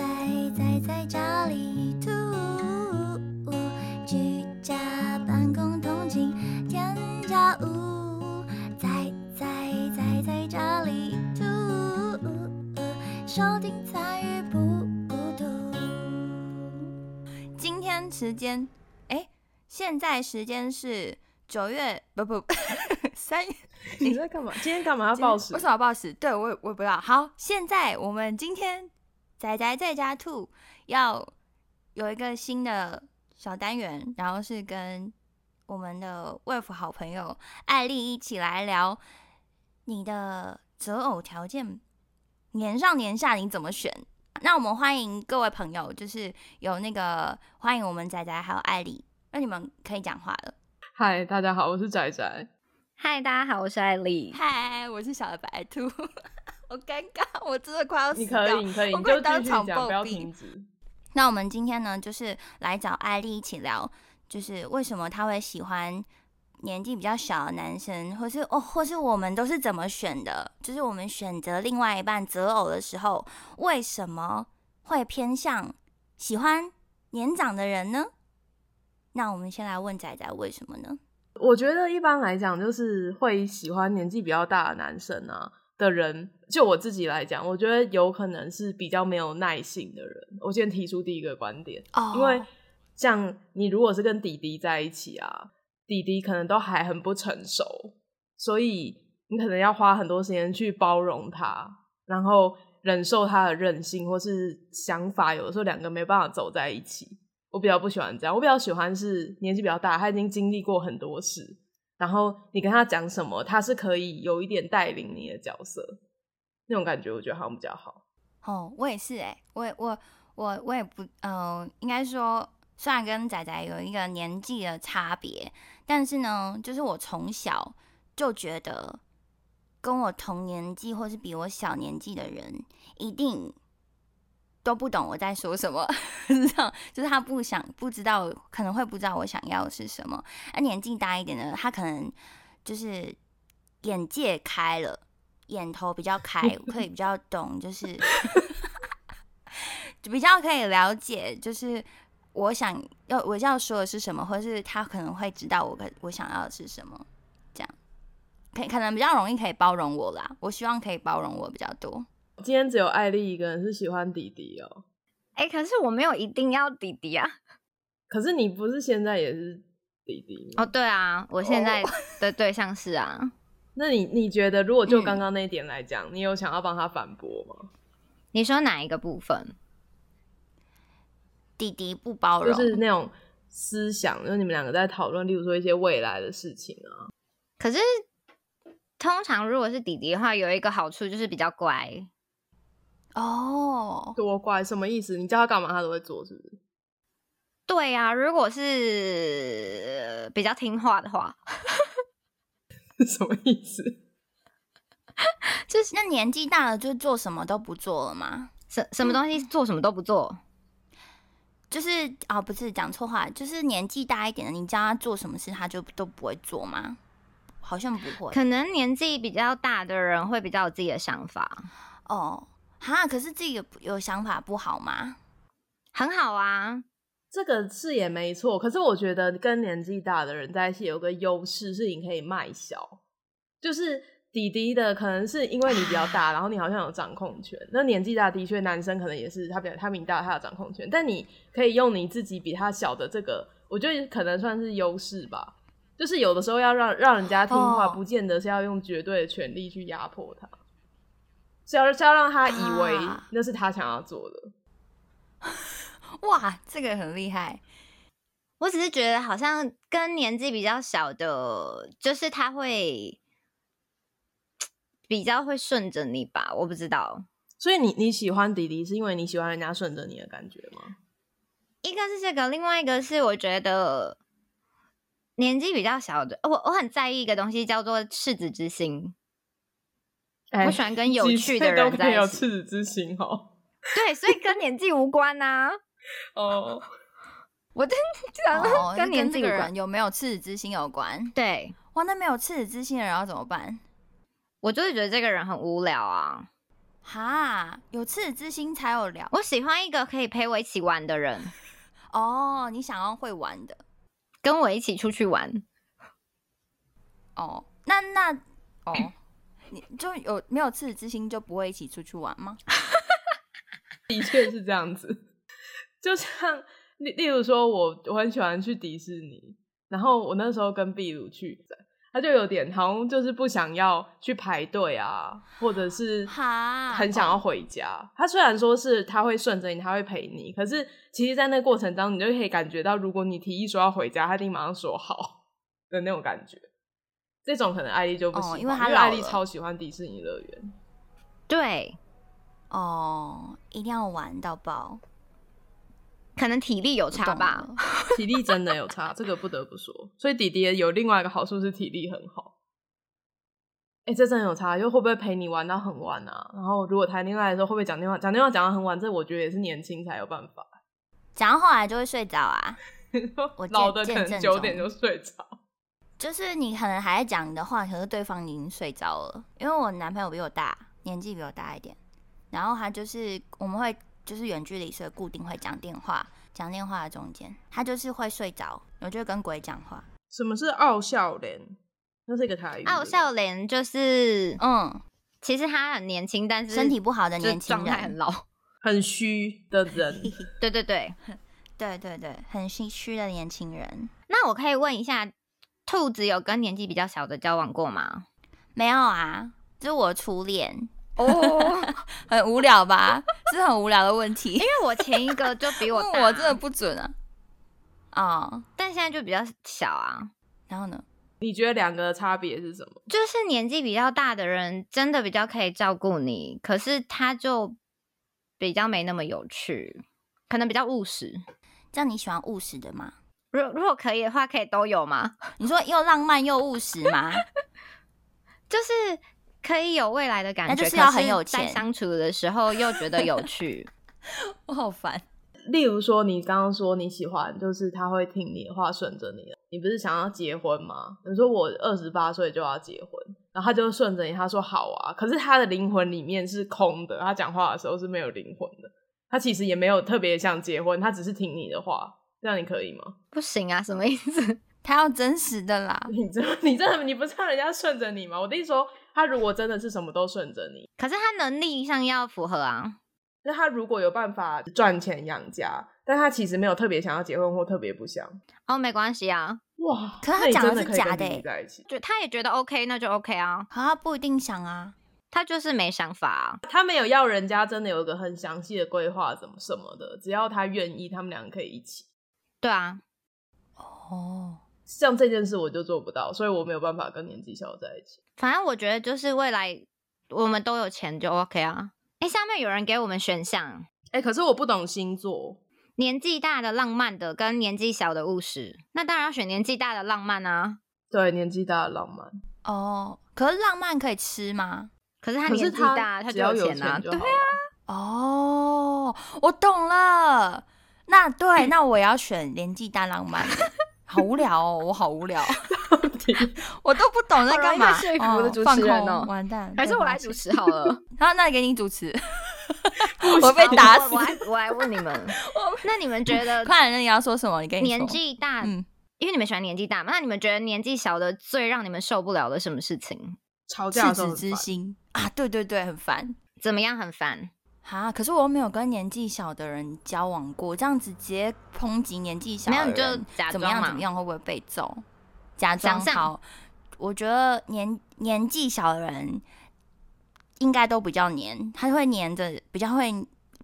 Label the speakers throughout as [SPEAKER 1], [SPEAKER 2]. [SPEAKER 1] 宅在家里突兀，居家办公通勤添加物，宅宅宅在家里突兀，收听参与不孤独。今天时间，哎，现在时间是九月不不 三月。
[SPEAKER 2] 你在干嘛？今天干嘛要报时
[SPEAKER 1] 为？什么要报时？对我也我也不知道。好，现在我们今天仔仔在家兔要有一个新的小单元，然后是跟我们的 wave 好朋友艾丽一起来聊你的择偶条件，年上年下你怎么选？那我们欢迎各位朋友，就是有那个欢迎我们仔仔还有艾丽，那你们可以讲话了。
[SPEAKER 2] 嗨，大家好，我是仔仔。
[SPEAKER 3] 嗨，大家好，我是艾丽。
[SPEAKER 1] 嗨，我是小白兔， 好尴尬，我真的快要死
[SPEAKER 2] 你
[SPEAKER 1] 掉
[SPEAKER 2] 可以，你可以，
[SPEAKER 1] 我
[SPEAKER 2] 你
[SPEAKER 1] 不能
[SPEAKER 2] 就
[SPEAKER 1] 当
[SPEAKER 2] 继续
[SPEAKER 1] 场
[SPEAKER 2] 讲，
[SPEAKER 1] 暴
[SPEAKER 2] 不要
[SPEAKER 1] 毙
[SPEAKER 2] 停 止。
[SPEAKER 1] 那我们今天呢，就是来找艾丽一起聊，就是为什么她会喜欢年纪比较小的男生，或是哦，或是我们都是怎么选的？就是我们选择另外一半择偶的时候，为什么会偏向喜欢年长的人呢？那我们先来问仔仔为什么呢？
[SPEAKER 2] 我觉得一般来讲，就是会喜欢年纪比较大的男生啊的人。就我自己来讲，我觉得有可能是比较没有耐性的人。我先提出第一个观点，
[SPEAKER 1] 哦
[SPEAKER 2] 因为像你如果是跟弟弟在一起啊，弟弟可能都还很不成熟，所以你可能要花很多时间去包容他，然后忍受他的任性或是想法，有的时候两个没办法走在一起。我比较不喜欢这样，我比较喜欢是年纪比较大，他已经经历过很多事，然后你跟他讲什么，他是可以有一点带领你的角色，那种感觉我觉得好像比较好。
[SPEAKER 1] 哦，我也是哎、我也我我我也不，呃，应该说，虽然跟仔仔有一个年纪的差别，但是呢，就是我从小就觉得，跟我同年纪或是比我小年纪的人，一定都不懂我在说什么， 是这样，就是他不想不知道，可能会不知道我想要的是什么。那、年纪大一点的，他可能就是眼界开了。眼头比较开，可以比较懂，就是就比较可以了解，就是我想要我要说的是什么，或是他可能会知道我可我想要的是什么，这样可可能比较容易可以包容我啦。我希望可以包容我比较多。
[SPEAKER 2] 今天只有艾丽一个人是喜欢弟弟哦、
[SPEAKER 3] 哎、可是我没有一定要弟弟啊。
[SPEAKER 2] 可是你不是现在也是弟弟吗？
[SPEAKER 3] 哦，对啊，我现在
[SPEAKER 1] 哦
[SPEAKER 3] 的对象是啊。
[SPEAKER 2] 那你你觉得，如果就
[SPEAKER 1] 嗯
[SPEAKER 2] 刚刚那一点来讲，你有想要帮他反驳吗？
[SPEAKER 3] 你说哪一个部分？
[SPEAKER 1] 弟弟不包
[SPEAKER 2] 就
[SPEAKER 3] 啊
[SPEAKER 1] 容，
[SPEAKER 2] 是那种思想，就是你们两个在讨论，例如说一些未来的事情啊。
[SPEAKER 3] 可是通常如果是弟弟的话，有一个好处就是比较乖。
[SPEAKER 1] 哦，
[SPEAKER 2] 多怪什么意思？你叫他干嘛，他都会做，是不是？
[SPEAKER 3] 对啊，如果是、呃比较听话的话，
[SPEAKER 2] 什么意思？
[SPEAKER 1] 就是那年纪大了就做什么都不做了吗？
[SPEAKER 3] 什什么东西做什么都不做。
[SPEAKER 1] 就是啊、不是讲错话，就是年纪大一点的，你叫他做什么事，他就都不会做吗？好像不会。
[SPEAKER 3] 可能年纪比较大的人会比较有自己的想法，
[SPEAKER 1] 哦，哈，可是自己有有想法不好吗？
[SPEAKER 3] 很好啊。
[SPEAKER 2] 这个是也没错，可是我觉得跟年纪大的人在一起有个优势是你可以卖小，就是弟弟的可能是因为你比较 大，然后你好像有掌控权。那年纪大的确男生可能也是他比他比你大，他有掌控权，但你可以用你自己比他小的这个，我觉得可能算是优势吧。就是有的时候要让让人家听话，
[SPEAKER 1] 哦
[SPEAKER 2] 不见得是要用绝对的权力去压迫他，是要是要让他以为
[SPEAKER 1] 啊
[SPEAKER 2] 那是他想要做的。
[SPEAKER 1] 哇，这个很厉害
[SPEAKER 3] 我只是觉得好像跟年纪比较小的，就是他会比较会顺着你吧，我不知道。
[SPEAKER 2] 所以你你喜欢弟弟是因为你喜欢人家顺着你的感觉吗？
[SPEAKER 3] 一个是这个，另外一个是我觉得年纪比较小的，我我很在意一个东西叫做赤子之心。
[SPEAKER 2] 哎
[SPEAKER 3] 我喜欢跟有趣的人在
[SPEAKER 2] 有
[SPEAKER 3] 一起，
[SPEAKER 2] 赤子之心哦。
[SPEAKER 3] 对，所以跟年纪无关呐、啊。
[SPEAKER 2] 哦，
[SPEAKER 3] 我真的
[SPEAKER 1] 哦，
[SPEAKER 3] 跟年
[SPEAKER 1] 这
[SPEAKER 3] 纪
[SPEAKER 1] 个
[SPEAKER 3] 无关
[SPEAKER 1] 人。有没有赤子之心有关。
[SPEAKER 3] 对，
[SPEAKER 1] 哇，那没有赤子之心的人要怎么办？
[SPEAKER 3] 我就是觉得这个人很无聊啊。
[SPEAKER 1] 哈，有赤子之心才有聊
[SPEAKER 3] 我喜欢一个可以陪我一起玩的人，
[SPEAKER 1] 哦。你想要会玩的
[SPEAKER 3] 跟我一起出去玩。
[SPEAKER 1] 哦，那那哦，你就有没有赤子之心就不会一起出去玩吗？
[SPEAKER 2] 的确是这样子。就像例例如说我，我很喜欢去迪士尼，然后我那时候跟壁炉去，他就有点好像就是不想要去排队啊，或者是
[SPEAKER 1] 哈
[SPEAKER 2] 很想要回家。他虽然说是他会顺着你，他会陪你，可是其实，在那过程当中，你就可以感觉到，如果你提议说要回家，他一定马上说好的那种感觉。这种可能艾丽就不喜欢，
[SPEAKER 1] 哦因
[SPEAKER 2] 因
[SPEAKER 1] 为她老
[SPEAKER 2] 艾丽
[SPEAKER 1] 了
[SPEAKER 2] 超喜欢迪士尼乐园。
[SPEAKER 3] 对，
[SPEAKER 1] 哦，一定要玩到爆，
[SPEAKER 3] 可能体力有差
[SPEAKER 1] 懂
[SPEAKER 3] 吧。
[SPEAKER 1] 了
[SPEAKER 2] 体力真的有差，这个不得不说。所以弟弟有另外一个好处是体力很好。哎、这真的有差，又会不会陪你玩到很晚啊？然后如果谈恋爱的时候，会不会讲电话？讲电话讲到很晚，这我觉得也是年轻才有办法。
[SPEAKER 1] 讲到后来就会睡着啊。我见
[SPEAKER 2] 老的可能
[SPEAKER 1] 见证
[SPEAKER 2] 九点
[SPEAKER 1] 中
[SPEAKER 2] 就睡着。
[SPEAKER 1] 就是你可能还在讲你的话，可是对方已经睡着了。因为我男朋友比我大，年纪比我大一点，然后他就是我们会就是远距离，所以固定会讲电话，讲电话的中间他就是会睡着，我就跟鬼讲 话。
[SPEAKER 2] 什么是傲笑脸？那是一个台语。
[SPEAKER 3] 傲笑脸就是，
[SPEAKER 1] 嗯，
[SPEAKER 3] 其实他很年轻，但是
[SPEAKER 1] 身体不好的
[SPEAKER 3] 就是
[SPEAKER 1] 年轻
[SPEAKER 3] 状态很
[SPEAKER 1] 人，
[SPEAKER 3] 老。
[SPEAKER 2] 很虚的 人，
[SPEAKER 3] 对对对，
[SPEAKER 1] 对对对，很心虚的年轻人。
[SPEAKER 3] 那我可以问一下，兔子有跟年纪比较小的交往过吗？
[SPEAKER 1] 没有啊，这是我初恋，
[SPEAKER 3] 哦，因
[SPEAKER 1] 很无聊吧？是很无聊的问题，
[SPEAKER 3] 为我前一个就比
[SPEAKER 1] 因
[SPEAKER 3] 我
[SPEAKER 1] 为
[SPEAKER 3] 大，
[SPEAKER 1] 我真的，不准啊。哦，
[SPEAKER 3] 但现在就比较小啊。
[SPEAKER 1] 然后呢？
[SPEAKER 2] 你觉得两个的差别是什么？
[SPEAKER 3] 就是年纪比较大的人，真的比较可以照顾你，可是他就比较没那么有趣，可能比较务实。
[SPEAKER 1] 这样你喜欢务实的吗？
[SPEAKER 3] 如如果可以的话，可以都有吗？
[SPEAKER 1] 你说又浪漫又务实吗？
[SPEAKER 3] 就是可以有未来的感觉，
[SPEAKER 1] 那就是要
[SPEAKER 3] 可
[SPEAKER 1] 很有
[SPEAKER 3] 在
[SPEAKER 1] 钱
[SPEAKER 3] 相处的时候又觉得有趣。
[SPEAKER 1] 我好烦。
[SPEAKER 2] 例如说，你刚刚说你喜欢，就是他会听你的话，顺着你的。你不是想要结婚吗？你说我二十八岁就要结婚，然后他就顺着你，他说好啊。可是他的灵魂里面是空的，他讲话的时候是没有灵魂的。他其实也没有特别想结婚，他只是听你的话。这样你可以吗？
[SPEAKER 3] 不行啊，什么意思？
[SPEAKER 1] 他要真实的啦，
[SPEAKER 2] 你真你真的你不是让人家顺着你吗？我的意思说，他如果真的是什么都顺着你，
[SPEAKER 3] 可是他能力上要符合啊。
[SPEAKER 2] 那他如果有办法赚钱养家，但他其实没有特别想要结婚或特别不想，
[SPEAKER 3] 哦，没关系啊，
[SPEAKER 2] 哇！
[SPEAKER 1] 可是他
[SPEAKER 2] 那你
[SPEAKER 1] 讲的
[SPEAKER 2] 真的
[SPEAKER 1] 是
[SPEAKER 2] 可以
[SPEAKER 1] 假
[SPEAKER 2] 跟
[SPEAKER 1] 的
[SPEAKER 2] 弟弟
[SPEAKER 1] 欸
[SPEAKER 2] 在一起。
[SPEAKER 3] 就他也觉得 OK，那就 OK 啊。
[SPEAKER 1] 可他不一定想啊。
[SPEAKER 3] 他就是没想法、啊，
[SPEAKER 2] 他没有要人家真的有一个很详细的规划，怎么什么的，只要他愿意，他们两个可以一起。
[SPEAKER 3] 对啊，
[SPEAKER 1] 哦，
[SPEAKER 2] 像这件事我就做不到，所以我没有办法跟年纪小的在一起。
[SPEAKER 3] 反正我觉得就是未来我们都有钱就 OK 啊。哎，下面有人给我们选项，
[SPEAKER 2] 哎、可是我不懂星座，
[SPEAKER 3] 年纪大的浪漫的跟年纪小的务实，那当然要选年纪大的浪漫啊。
[SPEAKER 2] 对年纪大的浪漫，
[SPEAKER 1] 哦，可是浪漫可以吃吗？
[SPEAKER 3] 可是他
[SPEAKER 2] 可是
[SPEAKER 3] 年纪大，
[SPEAKER 2] 他
[SPEAKER 3] 他
[SPEAKER 2] 只
[SPEAKER 3] 就
[SPEAKER 2] 要
[SPEAKER 3] 钱啊，
[SPEAKER 2] 钱就
[SPEAKER 3] 对
[SPEAKER 2] 好了。
[SPEAKER 3] 啊，
[SPEAKER 1] 哦，我懂了。那对，那我也要选年纪大浪漫的。好无聊哦，我好无聊，
[SPEAKER 2] 到底
[SPEAKER 1] 我都不懂在干嘛。
[SPEAKER 3] 好容易被说服的主
[SPEAKER 1] 放
[SPEAKER 3] 持人
[SPEAKER 1] 空
[SPEAKER 3] 哦
[SPEAKER 1] 完蛋，
[SPEAKER 3] 还是
[SPEAKER 1] 被
[SPEAKER 3] 我
[SPEAKER 1] 发
[SPEAKER 3] 来
[SPEAKER 1] 现
[SPEAKER 3] 主。持好了，
[SPEAKER 1] 好，那给你主 持。我被打死
[SPEAKER 3] 哦我。我来我来问你 们，那你们觉得
[SPEAKER 1] 快点，那你要说什么？你跟你说
[SPEAKER 3] 年纪大，
[SPEAKER 1] 嗯，
[SPEAKER 3] 因为你们喜欢年纪大嘛，那你们觉得年纪小的最让你们受不了的什么事情？
[SPEAKER 2] 吵架
[SPEAKER 1] 赤
[SPEAKER 2] 的时候
[SPEAKER 1] 子
[SPEAKER 2] 很
[SPEAKER 1] 之
[SPEAKER 2] 烦
[SPEAKER 1] 心啊，对对对，很烦。
[SPEAKER 3] 怎么样很烦？
[SPEAKER 1] 啊！可是我又没有跟年纪小的人交往过，这样子直接抨击年纪小
[SPEAKER 3] 没有
[SPEAKER 1] 的
[SPEAKER 3] 你
[SPEAKER 1] 人，
[SPEAKER 3] 就假
[SPEAKER 1] 怎么
[SPEAKER 3] 装
[SPEAKER 1] 样
[SPEAKER 3] 嘛
[SPEAKER 1] 怎么样会不会被揍？假装
[SPEAKER 3] 想象
[SPEAKER 1] 好，我觉得年年纪小的人应该都比较黏，他会黏着，比较会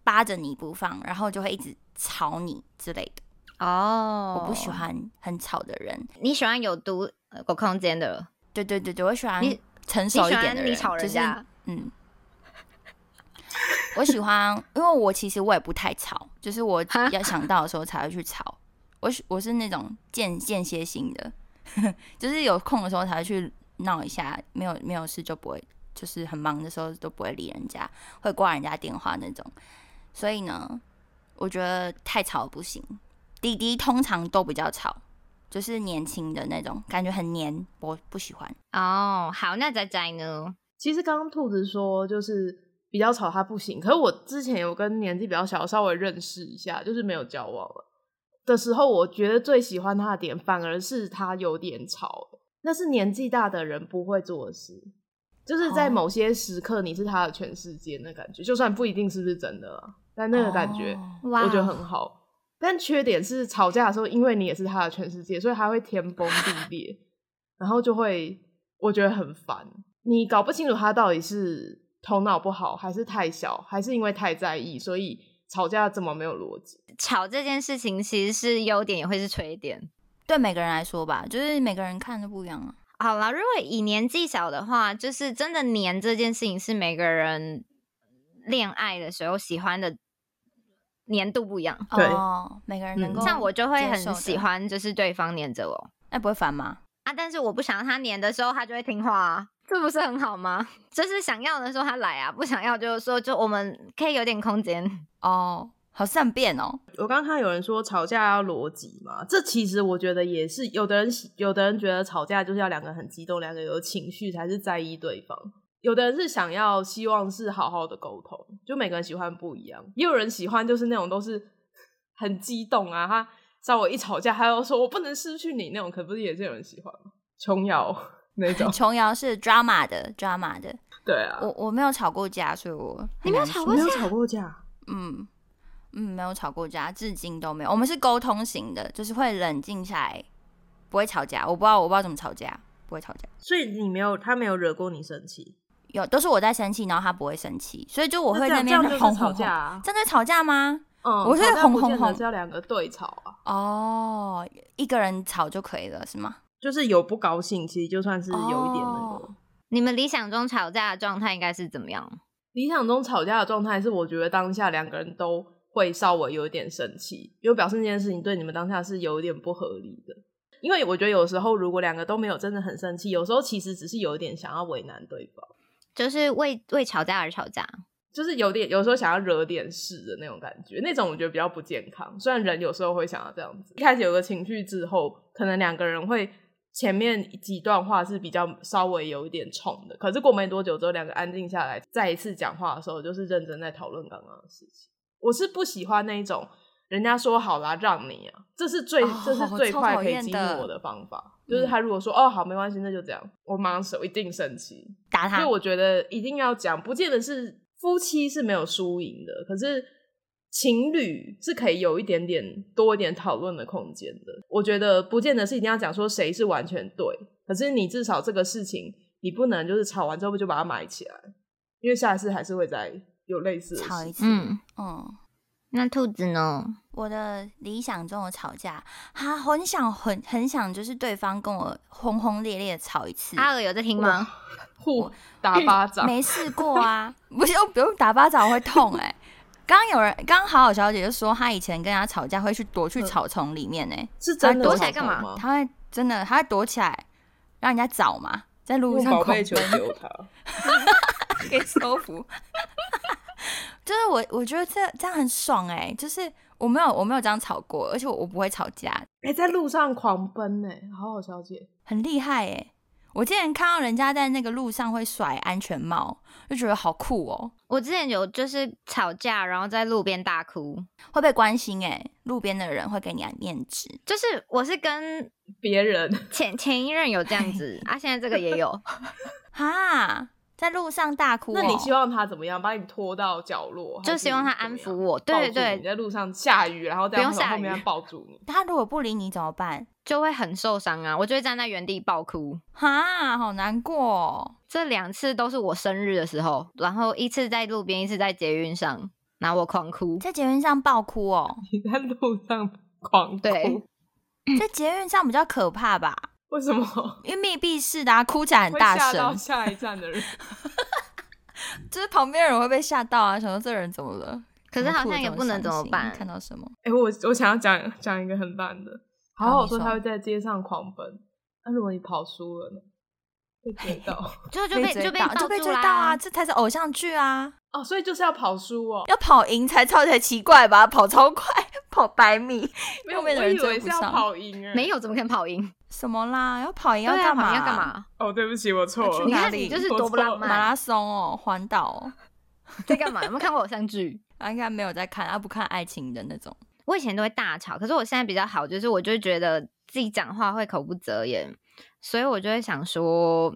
[SPEAKER 1] 扒着你不放，然后就会一直吵你之类的。
[SPEAKER 3] 哦
[SPEAKER 1] 我不喜。欢很吵的人，
[SPEAKER 3] 你喜欢有独呃有空间的，
[SPEAKER 1] 对对对对，我喜欢
[SPEAKER 3] 你
[SPEAKER 1] 成
[SPEAKER 3] 你
[SPEAKER 1] 熟一
[SPEAKER 3] 喜
[SPEAKER 1] 点
[SPEAKER 3] 欢
[SPEAKER 1] 的
[SPEAKER 3] 你吵人
[SPEAKER 1] 就是
[SPEAKER 3] 家，
[SPEAKER 1] 嗯，我喜欢，因为我其实我也不太吵，就是我
[SPEAKER 3] 哈
[SPEAKER 1] 要想到的时候才会去吵。我是我是那种间间歇性的， 就是有空的时候才会去闹一下，没有没有事就不会，就是很忙的时候都不会理人家，会挂人家电话那种。所以呢，我觉得太吵不行。弟弟通常都比较吵，就是年轻的那种，感觉很黏，我不喜欢。
[SPEAKER 3] 哦，好，那仔仔呢？
[SPEAKER 2] 其实刚刚兔子说，就是比较吵他不行。可是我之前有跟年纪比较小稍微认识一下，就是没有交往了的时候，我觉得最喜欢他的点反而是他有点吵，那是年纪大的人不会做的事。就是在某些时刻，你是他的全世界那感觉，就算不一定是不是真的、啊，但那个感
[SPEAKER 1] 哦
[SPEAKER 2] 觉我觉得很好。但缺点是吵架的时候，因为你也是他的全世界，所以他会天崩地裂，然后就会我觉得很烦。你搞不清楚他到底是头脑不好，还是太小，还是因为太在意，所以吵架怎么没有逻辑？
[SPEAKER 3] 吵这件事情其实是优点，也会是缺点，
[SPEAKER 1] 对每个人来说吧，就是每个人看的不一样啊。
[SPEAKER 3] 好了，如果以年纪小的话，就是真的黏这件事情是每个人恋爱的时候喜欢的黏度不一样。
[SPEAKER 2] 对嗯
[SPEAKER 1] 哦，每个人能够、
[SPEAKER 3] 像我就会很喜，欢，就是对方黏着我
[SPEAKER 1] 那不会烦吗？
[SPEAKER 3] 啊，但是我不想要他黏的时候，他就会听话啊，这不是很好吗？就是想要的时候他来啊，不想要就是说，就我们可以有点空间。
[SPEAKER 1] 哦，好善变哦。
[SPEAKER 2] 我刚看有人说吵架要逻辑嘛，这其实我觉得也是，有的人喜有的人觉得吵架就是要两个很激动，两个有情绪才是在意对方。有的人是想要希望是好好的沟通，就每个人喜欢不一样。也有人喜欢就是那种都是 很激动啊，他稍微一吵架，他又说我不能失去你那种，可不是也是有人喜欢吗？琼 瑶那种，
[SPEAKER 1] 琼瑶是 drama 的，drama 的。
[SPEAKER 2] 对啊，
[SPEAKER 1] 我我没有吵过架，所以我很
[SPEAKER 3] 你没有
[SPEAKER 1] 难
[SPEAKER 3] 吵
[SPEAKER 1] 说
[SPEAKER 3] 过
[SPEAKER 2] 没
[SPEAKER 3] 架
[SPEAKER 2] 有吵过架，
[SPEAKER 1] 嗯嗯，没有吵过架，至今都没有。我们是沟通型的，就是会冷静下来，不会吵架。我不知道，我不知道怎么吵架，不会吵架。
[SPEAKER 2] 所以你没有他没有惹过你生气，
[SPEAKER 1] 有都是我在生气，然后他不会生气，所以就我会
[SPEAKER 2] 这
[SPEAKER 1] 在那
[SPEAKER 2] 样
[SPEAKER 1] 边
[SPEAKER 2] 这样就
[SPEAKER 1] 哄
[SPEAKER 2] 是吵
[SPEAKER 1] 哄
[SPEAKER 2] 架
[SPEAKER 1] 哄。
[SPEAKER 2] 啊。
[SPEAKER 1] 真的吵架吗？
[SPEAKER 2] 嗯，
[SPEAKER 1] 我
[SPEAKER 2] 吵
[SPEAKER 1] 是
[SPEAKER 2] 架
[SPEAKER 1] 哄
[SPEAKER 2] 不
[SPEAKER 1] 哄
[SPEAKER 2] 见得
[SPEAKER 1] 哄
[SPEAKER 2] 是要两个对吵啊，
[SPEAKER 1] 哦，一个人吵就可以了，是吗？
[SPEAKER 2] 就是有不高兴，其实就算是有一点那个
[SPEAKER 1] 哦。
[SPEAKER 3] 你们理想中吵架的状态应该是怎么样？
[SPEAKER 2] 理想中吵架的状态是，我觉得当下两个人都会稍微有一点生气，因为表示这件事情对你们当下是有一点不合理的。因为我觉得有时候如果两个都没有真的很生气，有时候其实只是有一点想要为难对方，
[SPEAKER 3] 就是为为吵架而吵架。
[SPEAKER 2] 就是有点有时候想要惹点事的那种感觉，那种我觉得比较不健康。虽然人有时候会想要这样子，一开始有个情绪之后，可能两个人会前面几段话是比较稍微有一点冲的，可是过没多久之后，两个安静下来，再一次讲话的时候，就是认真在讨论刚刚的事情。我是不喜欢那一种人家说好啦让你啊，这是最、
[SPEAKER 1] 哦
[SPEAKER 2] 这是最
[SPEAKER 1] 超
[SPEAKER 2] 快
[SPEAKER 1] 讨
[SPEAKER 2] 可以
[SPEAKER 1] 厌
[SPEAKER 2] 激
[SPEAKER 1] 的嗯
[SPEAKER 2] 怒我的方法，就是他如果说、哦好没关系，那就这样，我马上手一定生气，
[SPEAKER 1] 打
[SPEAKER 2] 所以
[SPEAKER 1] 他。
[SPEAKER 2] 我觉得一定要讲，不见得是夫妻是没有输赢的，可是情侣是可以有一点点多一点讨论的空间的。我觉得不见得是一定要讲说谁是完全对，可是你至少这个事情你不能就是吵完之后就把它埋起来，因为下一次还是会再有类似的事
[SPEAKER 1] 吵一
[SPEAKER 2] 情。
[SPEAKER 1] 次，
[SPEAKER 3] 嗯，
[SPEAKER 1] 嗯
[SPEAKER 3] 那兔子呢？
[SPEAKER 1] 我的理想中的吵架，哈，很想很很想，就是对方跟我轰轰烈烈的吵一次。
[SPEAKER 3] 阿尔有在听吗？
[SPEAKER 2] 互打
[SPEAKER 3] 嗯
[SPEAKER 2] 巴掌，
[SPEAKER 1] 没试过啊，不用不用打巴掌我会痛哎、刚刚有人，刚刚好好小姐就说她以前跟她吵架会去躲
[SPEAKER 2] 嗯
[SPEAKER 1] 去草丛里面哎、
[SPEAKER 2] 是真的
[SPEAKER 3] 啊躲起来
[SPEAKER 2] 吵架
[SPEAKER 3] 干嘛
[SPEAKER 2] 吗？
[SPEAKER 1] 她会真的她会躲起来，让人家找嘛，在路
[SPEAKER 2] 用
[SPEAKER 1] 上
[SPEAKER 2] 宝
[SPEAKER 1] 狂
[SPEAKER 2] 贝球
[SPEAKER 1] 奔
[SPEAKER 2] 丢他，
[SPEAKER 1] 给收服。 就是我我觉得这这样很爽哎、就是我没有我没有这样吵过，而且我我不会吵架，
[SPEAKER 2] 哎、在路上狂奔呢、好好小姐，
[SPEAKER 1] 很厉害哎、我之前看到人家在那个路上会甩安全帽，就觉得好酷哦、
[SPEAKER 3] 我之前有就是吵架，然后在路边大哭，
[SPEAKER 1] 会被关心哎、路边的人会给你面子。
[SPEAKER 3] 就是我是跟
[SPEAKER 2] 别人
[SPEAKER 3] 前前一任有这 样子啊，现在这个也有，
[SPEAKER 1] 哈，在路上大哭、哦。
[SPEAKER 2] 那你希望他怎么样？把你拖到角落，
[SPEAKER 3] 就
[SPEAKER 2] 还是
[SPEAKER 3] 希望他安抚
[SPEAKER 2] 怎么样。
[SPEAKER 3] 我。
[SPEAKER 2] 抱
[SPEAKER 3] 对
[SPEAKER 2] 住你
[SPEAKER 3] 对，
[SPEAKER 2] 在路上下雨，然后在
[SPEAKER 3] 不用下
[SPEAKER 2] 后面
[SPEAKER 3] 雨
[SPEAKER 2] 抱住你，
[SPEAKER 1] 他如果不理你怎么办？
[SPEAKER 3] 就会很受伤啊，我就会站在原地爆哭。
[SPEAKER 1] 哈，好难过、哦。
[SPEAKER 3] 这两次都是我生日的时候，然后一次在路边，一次在捷运上，然后我狂哭。
[SPEAKER 1] 在捷运上爆哭哦，
[SPEAKER 2] 你在路上狂
[SPEAKER 3] 对
[SPEAKER 2] 哭，嗯
[SPEAKER 1] 在捷运上比较可怕吧，
[SPEAKER 2] 为什么？
[SPEAKER 1] 因为密闭式的、啊，哭起来很
[SPEAKER 2] 会
[SPEAKER 1] 大
[SPEAKER 2] 吓到
[SPEAKER 1] 声，
[SPEAKER 2] 下一站的人，
[SPEAKER 1] 就是旁边的人会被吓到啊，想说这人怎么了？
[SPEAKER 3] 可是
[SPEAKER 1] 怎么
[SPEAKER 3] 好
[SPEAKER 1] 哭得
[SPEAKER 3] 像也
[SPEAKER 1] 这
[SPEAKER 3] 不能怎么
[SPEAKER 1] 伤心
[SPEAKER 3] 办
[SPEAKER 1] 看到什么？
[SPEAKER 2] 哎、我我想要讲讲一个很烂的，好
[SPEAKER 1] 好
[SPEAKER 2] 好
[SPEAKER 1] 你
[SPEAKER 2] 说
[SPEAKER 1] 说
[SPEAKER 2] 他会在街上狂奔，那如果你跑输了呢？被追到
[SPEAKER 3] 就就被
[SPEAKER 1] 追
[SPEAKER 3] 就被
[SPEAKER 1] 到就被
[SPEAKER 3] 抱住
[SPEAKER 1] 追
[SPEAKER 3] 啦
[SPEAKER 1] 到啊，这才是偶像剧啊，
[SPEAKER 2] 哦，所以就是要跑输哦，
[SPEAKER 1] 要跑赢才超才奇怪吧，跑超快，跑百米
[SPEAKER 2] 没有，
[SPEAKER 1] 后
[SPEAKER 2] 我
[SPEAKER 1] 面的人
[SPEAKER 2] 以为
[SPEAKER 1] 追不
[SPEAKER 2] 是要
[SPEAKER 1] 上
[SPEAKER 2] 跑赢哎、
[SPEAKER 3] 没有怎么可能跑赢？
[SPEAKER 1] 什么啦？要跑赢
[SPEAKER 3] 嗯对啊
[SPEAKER 1] 干
[SPEAKER 3] 跑
[SPEAKER 1] 嘛？
[SPEAKER 3] 赢要干？嘛？
[SPEAKER 2] 哦，对不起，我错
[SPEAKER 1] 要去
[SPEAKER 2] 了
[SPEAKER 3] 你
[SPEAKER 1] 哪。
[SPEAKER 3] 看
[SPEAKER 1] 里
[SPEAKER 3] 你就是
[SPEAKER 2] 我
[SPEAKER 3] 多不
[SPEAKER 2] 错
[SPEAKER 3] 浪
[SPEAKER 2] 了
[SPEAKER 1] 马
[SPEAKER 3] 漫。
[SPEAKER 1] 拉松哦，环岛哦，
[SPEAKER 3] 在干嘛？有没有看过偶像剧？
[SPEAKER 1] 他应该没有在看，啊他不看爱情的那种。
[SPEAKER 3] 我以前都会大吵，可是我现在比较好，就是我就觉得自己讲话会口不择言，所以我就会想说，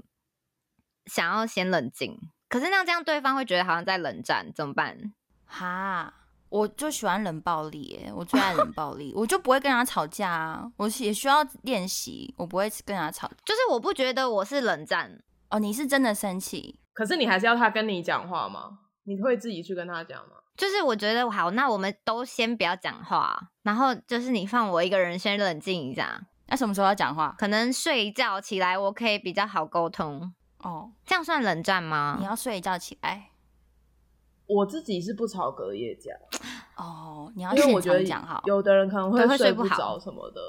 [SPEAKER 3] 想要先冷静。可是那这样对方会觉得好像在冷战，怎么办？
[SPEAKER 1] 哈，我就喜欢冷暴力、耶，我最爱冷暴力，我就不会跟他吵架啊。我也需要练习，我不会跟他吵。
[SPEAKER 3] 就是我不觉得我是冷战，
[SPEAKER 1] 哦，你是真的生气，
[SPEAKER 2] 可是你还是要他跟你讲话吗？你会自己去跟他讲吗？
[SPEAKER 3] 就是我觉得好，那我们都先不要讲话，然后就是你放我一个人先冷静一下，
[SPEAKER 1] 那什么时候要讲话？
[SPEAKER 3] 可能睡一觉起来，我可以比较好沟通。
[SPEAKER 1] 哦，
[SPEAKER 3] 这样算冷战
[SPEAKER 1] 你
[SPEAKER 3] 吗？
[SPEAKER 1] 要睡一觉起来。
[SPEAKER 2] 我自己是不吵隔夜架，
[SPEAKER 1] 哦，你要
[SPEAKER 2] 因为
[SPEAKER 1] 现
[SPEAKER 2] 我觉得
[SPEAKER 1] 场讲好。
[SPEAKER 2] 有的人可能
[SPEAKER 3] 对会睡
[SPEAKER 2] 睡
[SPEAKER 3] 不好
[SPEAKER 2] 着什么的，